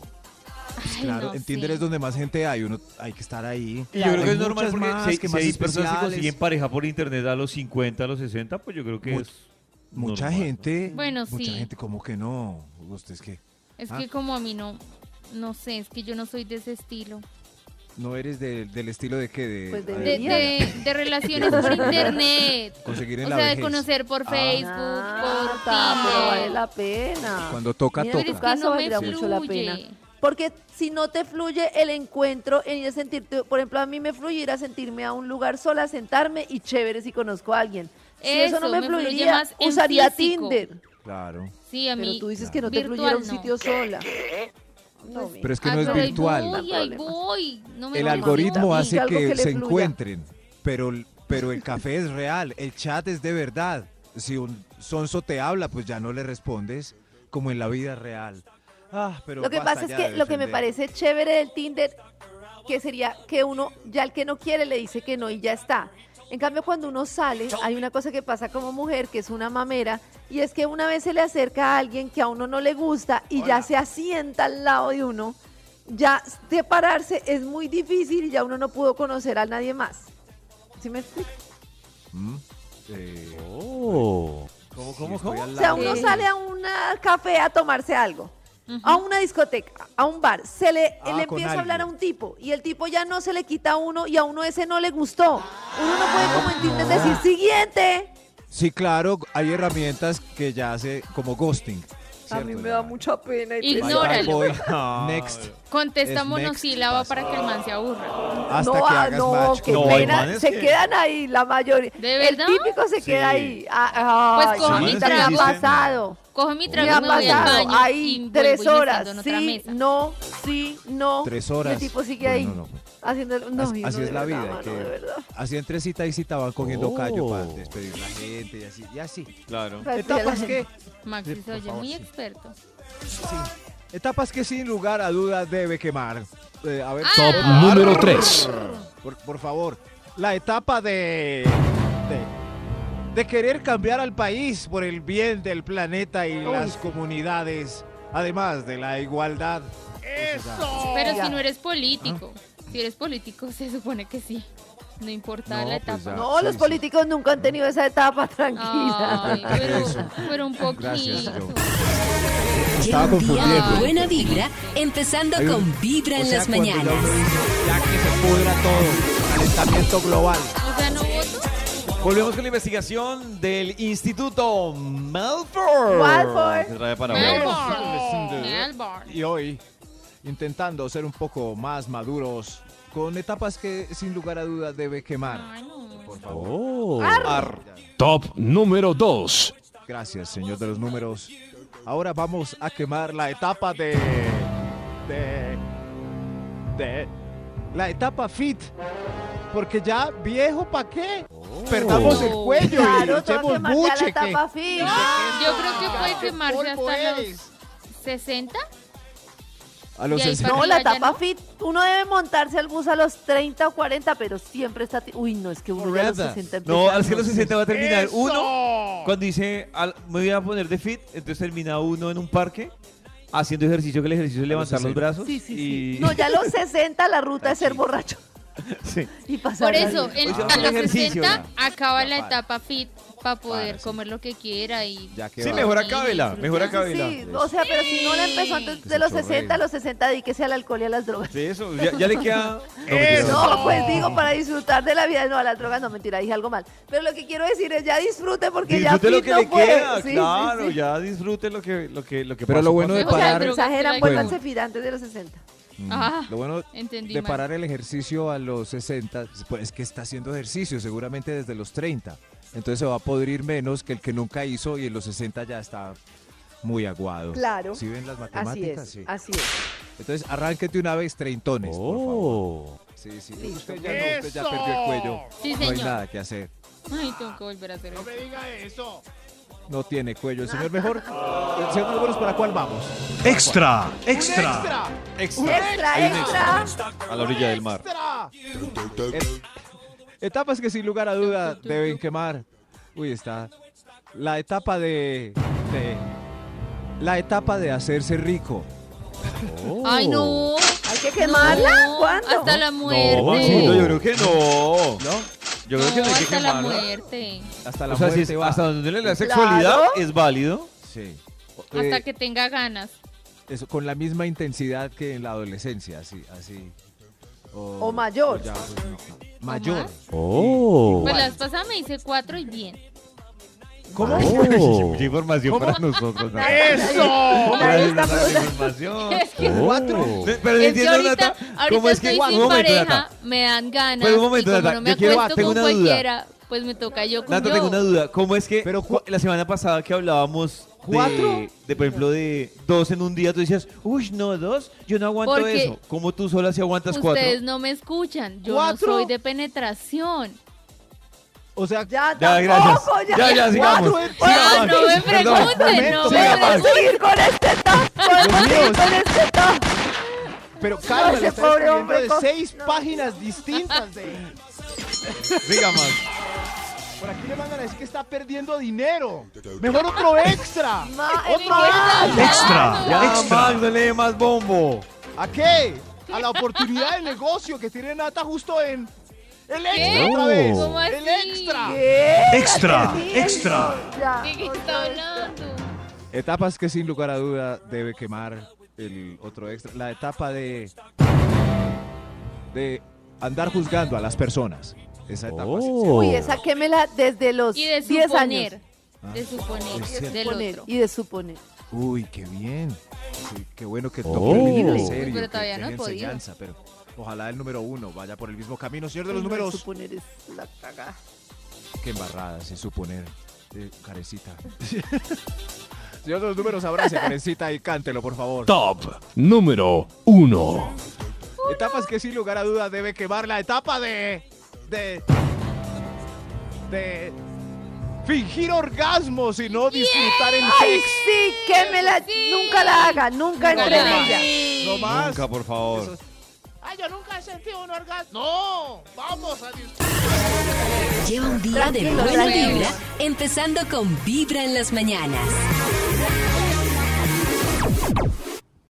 [SPEAKER 6] pues, claro,
[SPEAKER 4] no
[SPEAKER 6] en Tinder
[SPEAKER 4] sé.
[SPEAKER 6] es donde más gente hay, uno hay que estar ahí.
[SPEAKER 5] Y yo creo que
[SPEAKER 6] Hay
[SPEAKER 5] es normal
[SPEAKER 6] muchas
[SPEAKER 5] porque
[SPEAKER 6] más,
[SPEAKER 5] si,
[SPEAKER 6] que
[SPEAKER 5] si
[SPEAKER 6] más
[SPEAKER 5] hay personas que
[SPEAKER 6] especiales.
[SPEAKER 5] consiguen pareja por internet a los 50, a los 60, pues yo creo que
[SPEAKER 6] Mu-
[SPEAKER 5] es
[SPEAKER 6] Mucha
[SPEAKER 5] normal, ¿no?
[SPEAKER 6] gente.
[SPEAKER 4] Bueno,
[SPEAKER 6] Mucha
[SPEAKER 4] sí.
[SPEAKER 6] gente, como que no? ¿Ustedes qué?
[SPEAKER 4] Es
[SPEAKER 6] Ah.
[SPEAKER 4] que como a mí no, no sé, es que yo no soy de ese estilo.
[SPEAKER 6] ¿No eres del- del estilo de qué? De,
[SPEAKER 3] Pues de
[SPEAKER 6] a
[SPEAKER 4] De,
[SPEAKER 6] ver,
[SPEAKER 3] Mira.
[SPEAKER 4] de- de relaciones
[SPEAKER 3] [LAUGHS]
[SPEAKER 4] por internet.
[SPEAKER 6] Conseguir en
[SPEAKER 4] O
[SPEAKER 6] la
[SPEAKER 4] sea, de
[SPEAKER 6] vejez.
[SPEAKER 4] conocer por
[SPEAKER 6] Ah.
[SPEAKER 4] Facebook,
[SPEAKER 3] Nata, pero vale la pena.
[SPEAKER 6] Cuando toca,
[SPEAKER 3] Mira,
[SPEAKER 6] toca.
[SPEAKER 3] en tu caso
[SPEAKER 4] Pero es que
[SPEAKER 3] valdrá
[SPEAKER 4] no me
[SPEAKER 3] mucho la pena.
[SPEAKER 4] fluye.
[SPEAKER 3] Porque si no te fluye el encuentro, en ir a sentirte, por ejemplo, a mí me fluye ir a sentirme a un lugar sola, sentarme y chévere si conozco a alguien. Si eso,
[SPEAKER 4] Eso,
[SPEAKER 3] no me,
[SPEAKER 4] me fluye
[SPEAKER 3] fluiría,
[SPEAKER 4] más en
[SPEAKER 3] usaría
[SPEAKER 4] físico.
[SPEAKER 3] Tinder.
[SPEAKER 6] Claro.
[SPEAKER 4] Por ti. Sí, a
[SPEAKER 3] Pero
[SPEAKER 4] mí.
[SPEAKER 3] tú dices que no te
[SPEAKER 4] virtual
[SPEAKER 3] fluyera un
[SPEAKER 4] no.
[SPEAKER 3] sitio sola. No,
[SPEAKER 6] Pero es que
[SPEAKER 4] Ah,
[SPEAKER 6] no es
[SPEAKER 4] pero ahí
[SPEAKER 6] virtual.
[SPEAKER 4] voy, ahí
[SPEAKER 3] Problemas.
[SPEAKER 4] voy. No me
[SPEAKER 6] El
[SPEAKER 4] lo
[SPEAKER 6] algoritmo
[SPEAKER 4] imagino.
[SPEAKER 6] hace
[SPEAKER 3] algo
[SPEAKER 6] que,
[SPEAKER 3] que le
[SPEAKER 6] se
[SPEAKER 3] fluya.
[SPEAKER 6] encuentren, pero, pero el café es real, el chat es de verdad. Si un sonso te habla, pues ya no le respondes como en la vida real. Ah, pero
[SPEAKER 3] Lo que
[SPEAKER 6] basta
[SPEAKER 3] pasa es
[SPEAKER 6] ya
[SPEAKER 3] que
[SPEAKER 6] de
[SPEAKER 3] lo que me
[SPEAKER 6] defender.
[SPEAKER 3] parece chévere del Tinder, que sería que uno, ya el que no quiere le dice que no y ya está. En cambio, cuando uno sale, hay una cosa que pasa como mujer, que es una mamera, y es que una vez se le acerca a alguien que a uno no le gusta y ya se asienta al lado de uno, ya separarse es muy difícil y ya uno no pudo conocer a nadie más. ¿Sí me explico?
[SPEAKER 6] Mm, eh,
[SPEAKER 5] Oh. ¿Cómo, cómo,
[SPEAKER 6] estoy
[SPEAKER 5] cómo?
[SPEAKER 6] al
[SPEAKER 3] O sea,
[SPEAKER 6] lado
[SPEAKER 3] uno
[SPEAKER 6] de-
[SPEAKER 3] sale a un café a tomarse algo, a una discoteca, a un bar, se le,
[SPEAKER 6] Ah,
[SPEAKER 3] le
[SPEAKER 6] con
[SPEAKER 3] empieza a hablar a
[SPEAKER 6] alguien.
[SPEAKER 3] un tipo y el tipo ya no se le quita a uno y a uno ese no le gustó. Uno no puede como en Tinder
[SPEAKER 6] Ah.
[SPEAKER 3] decir siguiente.
[SPEAKER 6] Sí, claro, hay herramientas que ya hace como ghosting.
[SPEAKER 3] A mí me da mucha pena. y
[SPEAKER 4] Ignora.
[SPEAKER 3] tristeza.
[SPEAKER 6] Bye, bye,
[SPEAKER 4] Ignóralo.
[SPEAKER 5] [LAUGHS]
[SPEAKER 6] boy. Next.
[SPEAKER 4] Contesta
[SPEAKER 6] Es next.
[SPEAKER 4] monosílaba para que el man se aburra.
[SPEAKER 6] Hasta
[SPEAKER 3] no,
[SPEAKER 6] que
[SPEAKER 3] ah,
[SPEAKER 6] hagas
[SPEAKER 3] no,
[SPEAKER 6] match.
[SPEAKER 3] qué
[SPEAKER 6] con-
[SPEAKER 5] No, hay
[SPEAKER 3] pena.
[SPEAKER 5] manes
[SPEAKER 3] Se
[SPEAKER 5] que-
[SPEAKER 3] quedan ahí la mayoría.
[SPEAKER 4] ¿De verdad?
[SPEAKER 3] El típico se queda
[SPEAKER 5] Sí.
[SPEAKER 3] ahí. Ah,
[SPEAKER 4] Pues
[SPEAKER 3] ay,
[SPEAKER 4] cojan
[SPEAKER 3] sí,
[SPEAKER 4] y
[SPEAKER 3] me ha
[SPEAKER 4] traguen.
[SPEAKER 3] pasado.
[SPEAKER 4] Cojo
[SPEAKER 3] Me
[SPEAKER 4] mi trago
[SPEAKER 3] ha
[SPEAKER 4] y me voy al
[SPEAKER 3] pasado
[SPEAKER 4] baño. y
[SPEAKER 3] ahí
[SPEAKER 4] vuelvo y
[SPEAKER 3] tres
[SPEAKER 4] me siento
[SPEAKER 3] horas.
[SPEAKER 4] en otra
[SPEAKER 3] Sí,
[SPEAKER 4] mesa.
[SPEAKER 3] no, sí, no.
[SPEAKER 6] Tres
[SPEAKER 3] Y
[SPEAKER 6] horas.
[SPEAKER 3] el tipo sigue
[SPEAKER 6] Bueno,
[SPEAKER 3] ahí.
[SPEAKER 6] no, no.
[SPEAKER 3] Haciendo el- no,
[SPEAKER 6] Así-
[SPEAKER 3] y uno
[SPEAKER 6] así
[SPEAKER 3] de
[SPEAKER 6] es la
[SPEAKER 3] verdad,
[SPEAKER 6] vida,
[SPEAKER 3] mano,
[SPEAKER 6] que-
[SPEAKER 3] de verdad.
[SPEAKER 6] Así entre cita y cita van cogiendo callo para
[SPEAKER 5] Oh.
[SPEAKER 6] despedir a la gente y así. Y así.
[SPEAKER 5] Claro.
[SPEAKER 3] Para despedir a la
[SPEAKER 6] [LAUGHS] Etapas
[SPEAKER 3] gente.
[SPEAKER 6] que,
[SPEAKER 4] Maxi
[SPEAKER 6] Sí,
[SPEAKER 4] se
[SPEAKER 6] por
[SPEAKER 4] oye
[SPEAKER 6] favor,
[SPEAKER 4] muy
[SPEAKER 6] sí.
[SPEAKER 4] experto.
[SPEAKER 3] Eh,
[SPEAKER 6] etapas que sin lugar a dudas debe quemar. Eh, a
[SPEAKER 3] Ah.
[SPEAKER 6] ver,
[SPEAKER 10] Top número 3.
[SPEAKER 6] por, por favor. La etapa de, de. de querer cambiar al país por el bien del planeta y las comunidades. Además de la igualdad. ¡Eso!
[SPEAKER 4] Pero
[SPEAKER 3] Ya.
[SPEAKER 4] si no eres político, si eres político [LAUGHS] se supone que sí. No importa
[SPEAKER 6] No,
[SPEAKER 4] la
[SPEAKER 6] pues
[SPEAKER 4] etapa.
[SPEAKER 6] ya.
[SPEAKER 3] No, los
[SPEAKER 6] sí.
[SPEAKER 3] políticos nunca han tenido esa
[SPEAKER 6] [LAUGHS]
[SPEAKER 3] etapa, tranquila.
[SPEAKER 4] Ay, pero,
[SPEAKER 6] Eso.
[SPEAKER 4] pero un poquito.
[SPEAKER 6] Gracias, yo.
[SPEAKER 1] Lleva
[SPEAKER 6] Estaba
[SPEAKER 1] un día de
[SPEAKER 6] confundiendo.
[SPEAKER 1] buena vibra, empezando
[SPEAKER 6] Hay un-
[SPEAKER 1] con Vibra
[SPEAKER 6] O
[SPEAKER 1] en
[SPEAKER 6] sea,
[SPEAKER 1] las
[SPEAKER 6] cuando ya
[SPEAKER 1] mañanas.
[SPEAKER 6] uno dice, Ya que se pudra todo. Calentamiento global.
[SPEAKER 4] O sea, no voto.
[SPEAKER 5] Volvemos con la investigación del Instituto Malford.
[SPEAKER 3] Malfour.
[SPEAKER 5] Que trae para hoy.
[SPEAKER 4] Melbourne. Melbourne.
[SPEAKER 6] Y hoy, intentando ser un poco más maduros, con etapas que sin lugar a dudas debe quemar.
[SPEAKER 4] Ay, no.
[SPEAKER 6] Por favor.
[SPEAKER 5] Ar.
[SPEAKER 10] Top número 2.
[SPEAKER 6] Gracias, señor de los números. Ahora vamos a quemar la etapa de. de. de. la etapa fit. Porque ya viejo, ¿pa' qué? Perdamos el cuello y
[SPEAKER 3] Claro, tengo que
[SPEAKER 6] echemos
[SPEAKER 3] marcar la
[SPEAKER 6] buche. que-
[SPEAKER 3] etapa fit.
[SPEAKER 4] Yo creo que puede quemarse
[SPEAKER 6] polvo
[SPEAKER 4] hasta
[SPEAKER 3] eh.
[SPEAKER 4] los
[SPEAKER 6] eres.
[SPEAKER 4] 60.
[SPEAKER 6] A los
[SPEAKER 4] y ahí
[SPEAKER 6] 60.
[SPEAKER 3] No, la
[SPEAKER 4] Arriba ya
[SPEAKER 3] etapa
[SPEAKER 4] no.
[SPEAKER 3] fit, uno debe montarse al bus a los 30 o 40, pero siempre está... ti- Uy, no, es que uno ya a los
[SPEAKER 6] Correcta.
[SPEAKER 3] 60
[SPEAKER 5] No,
[SPEAKER 3] empieza,
[SPEAKER 5] al que los
[SPEAKER 3] sé.
[SPEAKER 5] 60 va a terminar uno. Cuando dice, al- me voy a poner de fit, entonces termina uno en un parque haciendo ejercicio, que el ejercicio es levantar los
[SPEAKER 6] 60.
[SPEAKER 5] brazos.
[SPEAKER 3] Sí, sí,
[SPEAKER 5] y-
[SPEAKER 3] sí. No, ya a los 60 la ruta es ser borracho
[SPEAKER 5] Sí.
[SPEAKER 3] y pasar
[SPEAKER 4] Por
[SPEAKER 3] la
[SPEAKER 4] eso,
[SPEAKER 3] vida.
[SPEAKER 5] Oye,
[SPEAKER 4] en, a
[SPEAKER 5] un
[SPEAKER 4] los
[SPEAKER 5] Pues ejercicio,
[SPEAKER 4] 60
[SPEAKER 5] ya.
[SPEAKER 4] acaba la
[SPEAKER 6] para.
[SPEAKER 4] etapa fit para poder
[SPEAKER 6] Para, sí.
[SPEAKER 4] comer lo que quiera y...
[SPEAKER 6] Ya que
[SPEAKER 5] Sí,
[SPEAKER 6] va.
[SPEAKER 5] mejor
[SPEAKER 4] Sí,
[SPEAKER 5] acábela, mejor
[SPEAKER 4] disfruta.
[SPEAKER 5] acábela.
[SPEAKER 3] Sí, o sea, pero si no la empezó antes
[SPEAKER 6] Que
[SPEAKER 3] de
[SPEAKER 6] se
[SPEAKER 3] los
[SPEAKER 6] chorree.
[SPEAKER 3] 60, a los 60 dedíquese al alcohol y a las drogas.
[SPEAKER 5] Sí, eso, ya, ya le queda.
[SPEAKER 3] [LAUGHS] No, pues digo, para disfrutar de la vida, no, a las drogas no, mentira, dije algo mal. Pero lo que quiero decir es, ya disfrute porque
[SPEAKER 5] disfrute
[SPEAKER 3] ya
[SPEAKER 5] lo
[SPEAKER 3] fit
[SPEAKER 5] que
[SPEAKER 3] no
[SPEAKER 5] le
[SPEAKER 3] puede.
[SPEAKER 5] queda,
[SPEAKER 3] Sí, sí,
[SPEAKER 5] claro,
[SPEAKER 3] sí.
[SPEAKER 5] ya disfrute lo que, lo que, lo que
[SPEAKER 6] Pero
[SPEAKER 5] pase,
[SPEAKER 6] lo bueno
[SPEAKER 5] pase.
[SPEAKER 4] O
[SPEAKER 6] de
[SPEAKER 4] sea,
[SPEAKER 6] parar-
[SPEAKER 3] O sea, exageran,
[SPEAKER 4] drogas,
[SPEAKER 3] vuélvanse
[SPEAKER 4] drogas.
[SPEAKER 3] fidantes de los 60.
[SPEAKER 4] Ah,
[SPEAKER 6] Lo bueno
[SPEAKER 4] entendí
[SPEAKER 6] de
[SPEAKER 4] mal.
[SPEAKER 6] parar el ejercicio a los 60, pues es que está haciendo ejercicio seguramente desde los 30. Entonces se va a podrir menos que el que nunca hizo y en los 60 ya está muy aguado.
[SPEAKER 3] Claro.
[SPEAKER 6] ¿Sí ven las
[SPEAKER 3] Así
[SPEAKER 6] matemáticas?
[SPEAKER 3] es, Ah.
[SPEAKER 6] Sí.
[SPEAKER 3] así es.
[SPEAKER 6] Entonces arránquete una vez treintones, por favor.
[SPEAKER 5] Oh.
[SPEAKER 6] Sí, sí.
[SPEAKER 3] Listo.
[SPEAKER 6] Usted ya, no, usted ya perdió el cuello.
[SPEAKER 4] Sí,
[SPEAKER 6] No hay
[SPEAKER 4] señor.
[SPEAKER 6] nada que hacer.
[SPEAKER 4] Ay, tengo que volver a hacer eso.
[SPEAKER 6] No tiene cuello. El señor mejor. El señor mejor es para cuál vamos.
[SPEAKER 10] Extra,
[SPEAKER 6] ¡Un
[SPEAKER 10] extra.
[SPEAKER 3] Extra, extra.
[SPEAKER 5] A la orilla del mar.
[SPEAKER 6] ¡Extra! Et- Etapas que sin lugar a duda deben quemar. Uy, está. La etapa de. de- la etapa de hacerse rico.
[SPEAKER 5] Oh.
[SPEAKER 4] Ay, no.
[SPEAKER 3] que quemarla?
[SPEAKER 4] No,
[SPEAKER 3] ¿Cuándo?
[SPEAKER 4] Hasta la muerte.
[SPEAKER 5] Maxito, yo creo que no. Yo creo que no hay
[SPEAKER 4] No,
[SPEAKER 5] que
[SPEAKER 4] hasta la
[SPEAKER 5] quemarla.
[SPEAKER 4] muerte.
[SPEAKER 6] Hasta la
[SPEAKER 5] O sea, si
[SPEAKER 6] muerte
[SPEAKER 5] es-
[SPEAKER 6] va.
[SPEAKER 5] hasta donde le la sexualidad
[SPEAKER 3] Claro.
[SPEAKER 5] es [LAUGHS] válido.
[SPEAKER 6] Sí.
[SPEAKER 4] Hasta
[SPEAKER 6] Eh,
[SPEAKER 4] que tenga ganas.
[SPEAKER 6] eso, con la misma intensidad que en la adolescencia, así. así.
[SPEAKER 3] O mayor.
[SPEAKER 6] ya, pues, no. Mayor.
[SPEAKER 4] más?
[SPEAKER 5] Oh.
[SPEAKER 4] Pues la esposa me dice cuatro y bien.
[SPEAKER 5] ¿Cómo? Qué información para nosotros. Nata.
[SPEAKER 3] ¡Eso!
[SPEAKER 5] Gracias, Nata, por la información.
[SPEAKER 4] [LAUGHS] Es que,
[SPEAKER 5] No, Oh. Pero
[SPEAKER 4] es que
[SPEAKER 5] entiendo,
[SPEAKER 4] ahorita,
[SPEAKER 5] Nata,
[SPEAKER 4] ahorita
[SPEAKER 5] ¿cómo es que
[SPEAKER 4] estoy
[SPEAKER 5] un
[SPEAKER 4] sin
[SPEAKER 5] momento,
[SPEAKER 4] pareja,
[SPEAKER 5] Nata.
[SPEAKER 4] me dan ganas.
[SPEAKER 5] Pues un momento,
[SPEAKER 4] y como
[SPEAKER 5] Nata,
[SPEAKER 4] no me
[SPEAKER 5] yo quiero-
[SPEAKER 4] acuesto
[SPEAKER 5] tengo
[SPEAKER 4] con
[SPEAKER 5] una duda.
[SPEAKER 4] cualquiera, pues me toca yo con
[SPEAKER 5] Nata,
[SPEAKER 4] yo.
[SPEAKER 5] tengo una duda. ¿Cómo es que
[SPEAKER 6] Pero
[SPEAKER 5] cu- la semana pasada que hablábamos de-
[SPEAKER 6] ¿Cuatro?
[SPEAKER 5] De, por ejemplo, de dos en un día, tú decías, uy, no, dos, yo no aguanto
[SPEAKER 4] Porque
[SPEAKER 5] eso. ¿Cómo tú sola si aguantas cuatro?
[SPEAKER 4] Ustedes no me escuchan. Yo
[SPEAKER 6] ¿Cuatro?
[SPEAKER 4] no soy de penetración.
[SPEAKER 6] O sea,
[SPEAKER 3] Ya,
[SPEAKER 5] Ya, gracias.
[SPEAKER 3] tampoco, ya.
[SPEAKER 5] Ya, ya, sigamos.
[SPEAKER 6] Cuatro en-
[SPEAKER 5] Sigamos.
[SPEAKER 4] Ah, no me
[SPEAKER 5] Perdón.
[SPEAKER 4] pregunten, no me
[SPEAKER 5] Siga, Max.
[SPEAKER 3] Podemos seguir con este top. Podemos seguir con este top.
[SPEAKER 6] pero Carlos,
[SPEAKER 3] ese
[SPEAKER 6] le está
[SPEAKER 3] pobre
[SPEAKER 6] escribiendo
[SPEAKER 3] hombre
[SPEAKER 6] de
[SPEAKER 3] con-
[SPEAKER 6] seis
[SPEAKER 3] no.
[SPEAKER 6] páginas distintas. de-
[SPEAKER 5] Siga, Max.
[SPEAKER 6] Por aquí le mandan a decir que está perdiendo dinero. Mejor otro extra.
[SPEAKER 3] Ma-
[SPEAKER 6] otro
[SPEAKER 4] Max.
[SPEAKER 6] más.
[SPEAKER 10] Extra.
[SPEAKER 5] Ya, Max,
[SPEAKER 10] extra.
[SPEAKER 5] dale más bombo.
[SPEAKER 6] ¿A qué? A la oportunidad de negocio que tiene Nata justo en. El extra otra vez.
[SPEAKER 4] ¿Cómo
[SPEAKER 6] El
[SPEAKER 4] así?
[SPEAKER 6] extra.
[SPEAKER 3] ¿Qué?
[SPEAKER 10] Extra,
[SPEAKER 3] ¿Qué
[SPEAKER 10] extra.
[SPEAKER 3] piensas? Ya,
[SPEAKER 4] ¿De qué
[SPEAKER 3] otra
[SPEAKER 4] está
[SPEAKER 3] vez.
[SPEAKER 4] hablando?
[SPEAKER 6] Etapas que sin lugar a duda debe quemar el otro extra. La etapa de. de andar juzgando a las personas. Esa etapa.
[SPEAKER 5] Oh.
[SPEAKER 3] Uy, eh. esa quémela desde los
[SPEAKER 4] Y de
[SPEAKER 3] 10 años.
[SPEAKER 4] suponer. De suponer. Del
[SPEAKER 3] Suponer
[SPEAKER 4] otro.
[SPEAKER 3] y de suponer.
[SPEAKER 6] Uy, qué bien. Sí, qué bueno que tocó
[SPEAKER 5] Oh.
[SPEAKER 6] el en
[SPEAKER 5] Uy,
[SPEAKER 6] serio.
[SPEAKER 4] pero
[SPEAKER 6] que
[SPEAKER 4] todavía no
[SPEAKER 6] deje
[SPEAKER 4] he podido.
[SPEAKER 6] enseñanza, pero ojalá el número uno vaya por el mismo camino. Señor de
[SPEAKER 3] Uy,
[SPEAKER 6] los
[SPEAKER 3] no, el
[SPEAKER 6] números.
[SPEAKER 3] Suponer es la cagada.
[SPEAKER 6] Qué embarrada, sin suponer. Eh, carecita. [LAUGHS] Señor de los números, abrace, carecita, y cántelo, por favor.
[SPEAKER 10] Top número 1.
[SPEAKER 6] Etapas que sin lugar a duda debe quemar la etapa de. de. de. fingir orgasmos y no disfrutar el
[SPEAKER 3] Ay,
[SPEAKER 6] sexo.
[SPEAKER 3] sí, quémela.
[SPEAKER 4] Sí.
[SPEAKER 3] Nunca la haga, nunca
[SPEAKER 4] Nunca
[SPEAKER 3] entre en
[SPEAKER 4] la
[SPEAKER 3] ella.
[SPEAKER 6] No más.
[SPEAKER 5] Nunca, por favor.
[SPEAKER 6] Eso-
[SPEAKER 7] Ay, yo nunca he sentido un orgasmo. No, vamos a disfrutar.
[SPEAKER 1] Lleva un día de
[SPEAKER 3] Tranquilo,
[SPEAKER 1] buena
[SPEAKER 4] tranquilo.
[SPEAKER 1] vibra, empezando con Vibra en las mañanas.